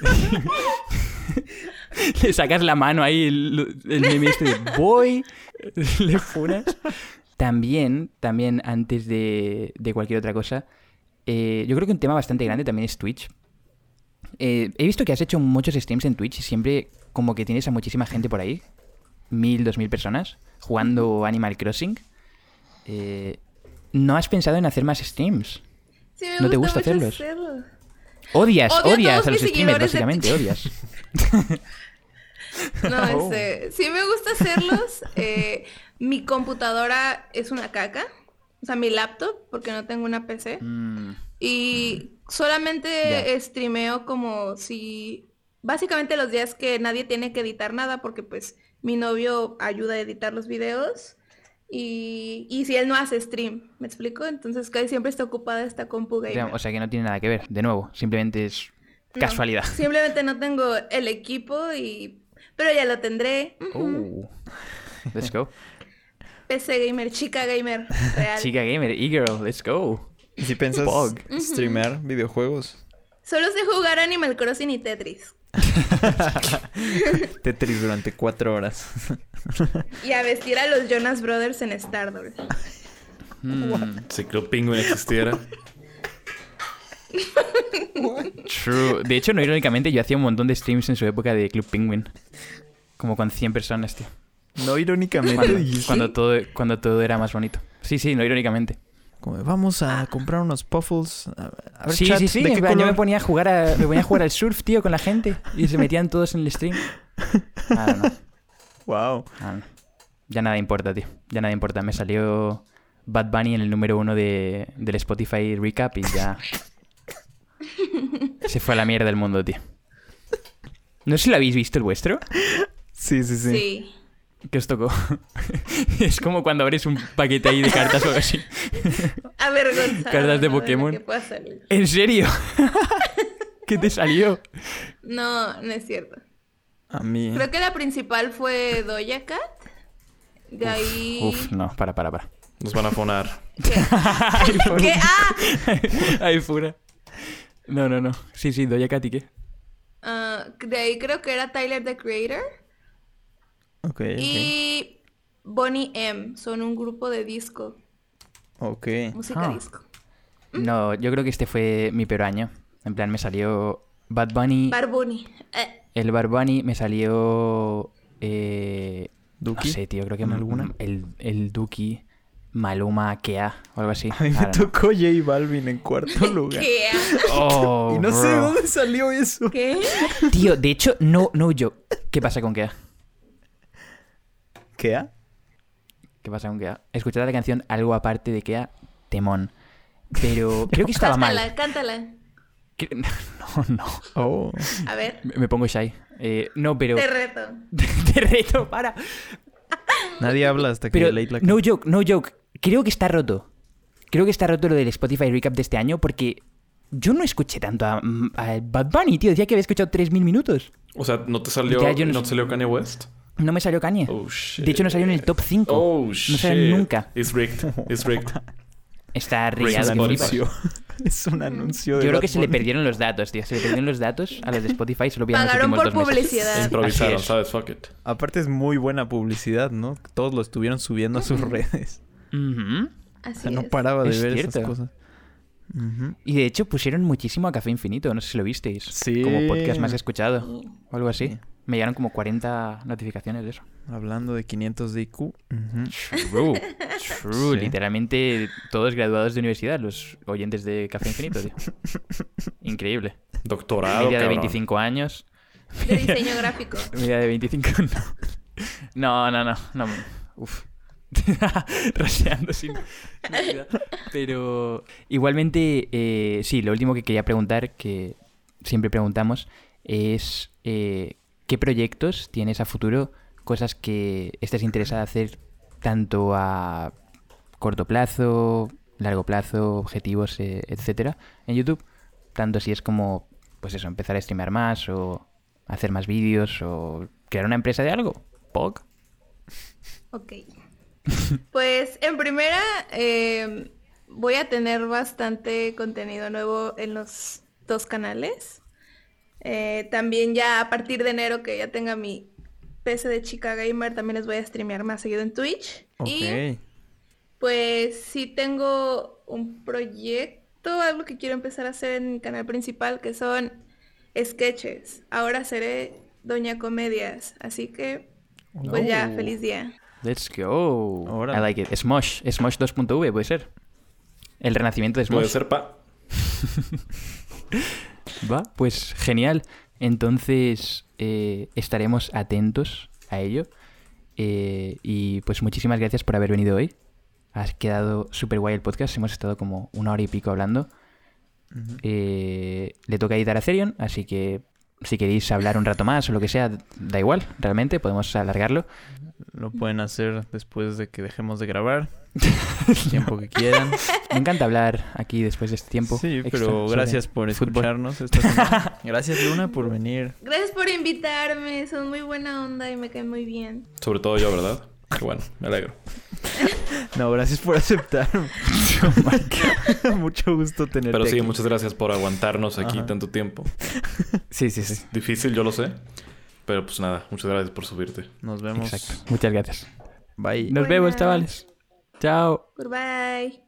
S2: Le sacas la mano ahí, el, el meme este de boy, le funas. También, también antes de, de cualquier otra cosa, eh, yo creo que un tema bastante grande también es Twitch. Eh, he visto que has hecho muchos streams en Twitch y siempre como que tienes a muchísima gente por ahí, mil, dos mil personas, jugando Animal Crossing. Eh, ¿No has pensado en hacer más streams?
S5: Sí, me
S2: ¿No te
S5: gusta
S2: gusta
S5: mucho
S2: hacerlos?
S5: hacerlo.
S2: Odias,
S5: Odio a
S2: odias
S5: todos
S2: a los
S5: mis
S2: streamers,
S5: seguidores
S2: básicamente,
S5: de Twitch.
S2: odias.
S5: No,
S2: Oh.
S5: este, sí me gusta hacerlos. Eh, mi computadora es una caca. O sea, mi laptop, porque no tengo una PC.
S2: Mm,
S5: Y solamente streameo como si... Básicamente los días que nadie tiene que editar nada porque pues mi novio ayuda a editar los videos y, y si él no hace stream, ¿me explico? Entonces casi siempre está ocupada esta compu gamer.
S2: o sea que no tiene nada que ver, de nuevo, simplemente es
S5: No,
S2: casualidad.
S5: Simplemente no tengo el equipo y... Pero ya lo tendré. Ujú.
S2: Oh. Let's go.
S5: PC gamer, chica gamer, real.
S2: Chica gamer, e-girl, let's go.
S4: ¿Y si piensas
S2: Pog.
S4: streamear videojuegos?
S5: Solo sé jugar Animal Crossing y Tetris.
S4: Tetris durante cuatro horas.
S5: Y a vestir a los Jonas Brothers en Stardoll.
S2: Mm,
S3: Si Club Penguin existiera.
S2: True. De hecho, no irónicamente, yo hacía un montón de streams en su época de Club Penguin. Como con 100 personas, tío.
S4: no irónicamente.
S2: Cuando, cuando todo, cuando todo era más bonito. Sí, sí, no irónicamente.
S4: Como, vamos a comprar unos puffles. A a ver,
S2: sí,
S4: chat,
S2: sí, sí,
S4: ¿de qué
S2: en plan, Yo me
S4: color?
S2: ponía a jugar a- me ponía a jugar al surf, tío, con la gente. Y se metían todos en el stream. Ah, no,
S4: Wow.
S2: ah, no. Ya nada importa, tío. Ya nada importa. Me salió Bad Bunny en el número uno de, del Spotify Recap y ya. Se fue a la mierda del mundo, tío. No sé si lo habéis visto el vuestro.
S4: Sí, sí, sí.
S5: Sí.
S2: que os tocó? es como cuando abres un paquete ahí de cartas o algo así.
S5: Avergonzada.
S2: Cartas de
S5: no, lo
S2: Pokémon.
S5: que pueda salir.
S2: ¿En serio? ¿Qué te salió?
S5: No, no es cierto.
S4: A mí.
S5: Creo que la principal fue Doja Cat. De ahí.
S2: Uf, no, para, para, para.
S3: Nos van a fonar.
S5: ¿Qué? ¡Ah!
S2: Ay, fura. No, no, no. Sí, sí, doy a Katy, ¿qué?
S5: Ah, de ahí creo que era Tyler the Creator.
S4: Ok, ok.
S5: Y Bonnie M. Son un grupo de disco.
S4: Ok.
S5: Música
S2: Ah.
S5: disco.
S2: No, yo creo que este fue mi peor año. En plan, me salió Bad Bunny,
S5: Bar Bunny. Eh,
S2: el Bad Bunny, me salió... Eh, no
S4: ¿Duki?
S2: sé, tío, creo que
S4: ¿En
S2: me-
S4: alguna?
S2: El, el Duki, Maluma, Kea o algo así.
S4: A mí me
S2: Ahora no.
S4: tocó J Balvin en cuarto lugar.
S5: ¿Qué?
S2: Oh,
S4: Y no sé de
S2: bro.
S4: dónde salió eso.
S5: ¿Qué?
S2: Tío, de hecho, no, no yo. ¿Qué pasa con Kea?
S4: ¿Qué? ah?
S2: ¿Qué pasa con Kea? Escuchad la canción Algo Aparte de Kea, temón. Pero creo que estaba mal.
S5: Cántala, cántala.
S2: Cre- No, no.
S4: Oh.
S5: A ver.
S2: Me me pongo shy. Eh, no, pero.
S5: Te reto.
S2: Te reto, para.
S4: Nadie habla hasta que
S2: Pero,
S4: Late la
S2: no joke, no joke. Creo que está roto. Creo que está roto lo del Spotify Recap de este año porque yo no escuché tanto a, a Bad Bunny, tío. Decía que había escuchado 3.000 minutos.
S3: O sea, ¿no te salió,
S2: Ya, yo no
S3: no...
S2: sé.
S3: te salió Kanye West?
S2: No me salió Kanye.
S3: Oh, shit.
S2: de hecho, no salió en el top 5.
S3: Oh,
S2: no
S3: shit.
S2: salió nunca.
S3: It's rigged. It's rigged.
S2: Está
S3: Ya,
S4: Es
S2: rayado.
S4: un
S2: que
S3: Spotify.
S2: flipas.
S4: anuncio. es un anuncio de
S2: Yo creo
S4: Bad
S2: que se le
S4: Bunny.
S2: perdieron los datos, tío. Se le perdieron los datos a los de Spotify y se lo pidieron los
S5: Pagaron
S2: últimos
S5: por
S2: dos meses.
S5: publicidad.
S3: Improvisaron,
S2: Así es.
S3: ¿sabes? Fuck it.
S4: Aparte es muy buena publicidad, ¿no? Todos lo estuvieron subiendo a sus redes.
S2: Ujú.
S5: Así
S4: O sea, no
S5: es.
S4: paraba de
S2: Es
S4: ver esas
S2: cierto.
S4: cosas. Ujú.
S2: Y de hecho pusieron muchísimo a Café Infinito, no sé si lo visteis.
S4: Sí.
S2: Como podcast más escuchado o algo así. Me llegaron como 40 notificaciones de eso.
S4: Hablando de 500 de IQ. ujú.
S2: True. True.
S4: Sí.
S2: Literalmente todos graduados de universidad, los oyentes de Café Infinito, tío. Increíble.
S3: Doctorado,
S2: Media de
S3: cabrón.
S2: 25 años.
S5: De diseño gráfico.
S2: Media de 25, no. No, no, no. no. Uf. Raseando sin necesidad. Pero igualmente, eh, sí, lo último que quería preguntar, que siempre preguntamos, es eh, ¿qué proyectos tienes a futuro? Cosas que estés interesada en hacer tanto a corto plazo, largo plazo, objetivos, eh, etcétera, en YouTube. Tanto si es como, pues eso, empezar a streamear más o hacer más vídeos o crear una empresa de algo. POC.
S5: Ok. Pues en primera, eh, voy a tener bastante contenido nuevo en los dos canales. Eh, también ya a partir de enero que ya tenga mi PC de chica gamer, también les voy a streamear más seguido en Twitch.
S4: Ok.
S5: Y pues sí tengo un proyecto, algo que quiero empezar a hacer en mi canal principal, que son sketches. Ahora seré Doña Comedias, así que pues ya,
S2: Oh.
S5: feliz día.
S2: Let's go.
S4: Órale.
S2: I like it. Smosh. Smosh 2.v puede ser. El renacimiento de Smosh.
S3: Puede ser pa.
S2: Va, pues genial. Entonces eh, estaremos atentos a ello. Eh, y pues muchísimas gracias por haber venido hoy. Has quedado súper guay el podcast. Hemos estado como una hora y pico hablando. Eh, le toca editar a Therion, así que si queréis hablar un rato más o lo que sea, da igual, realmente podemos alargarlo.
S4: Lo pueden hacer después de que dejemos de grabar. El tiempo que quieran.
S2: Me encanta hablar aquí después de este tiempo.
S4: Sí,
S2: extra
S4: pero
S2: sobre
S4: gracias por
S2: fútbol.
S4: escucharnos esta semana. Gracias, Luna, por venir.
S5: Gracias por invitarme, son muy buena onda y me caen muy bien.
S3: Sobre todo yo, ¿verdad? Qué bueno, me alegro.
S4: No, gracias por aceptar. Mucho gusto tenerte.
S3: Pero sí,
S4: aquí.
S3: muchas gracias por aguantarnos aquí
S4: Ajá.
S3: tanto tiempo.
S2: Sí, sí, sí.
S3: Difícil, yo lo sé. Pero pues nada, muchas gracias por subirte.
S4: Nos vemos.
S2: Exacto. Muchas gracias.
S4: Bye.
S2: Nos vemos,
S5: Buenas.
S2: chavales. Chao.
S5: Goodbye.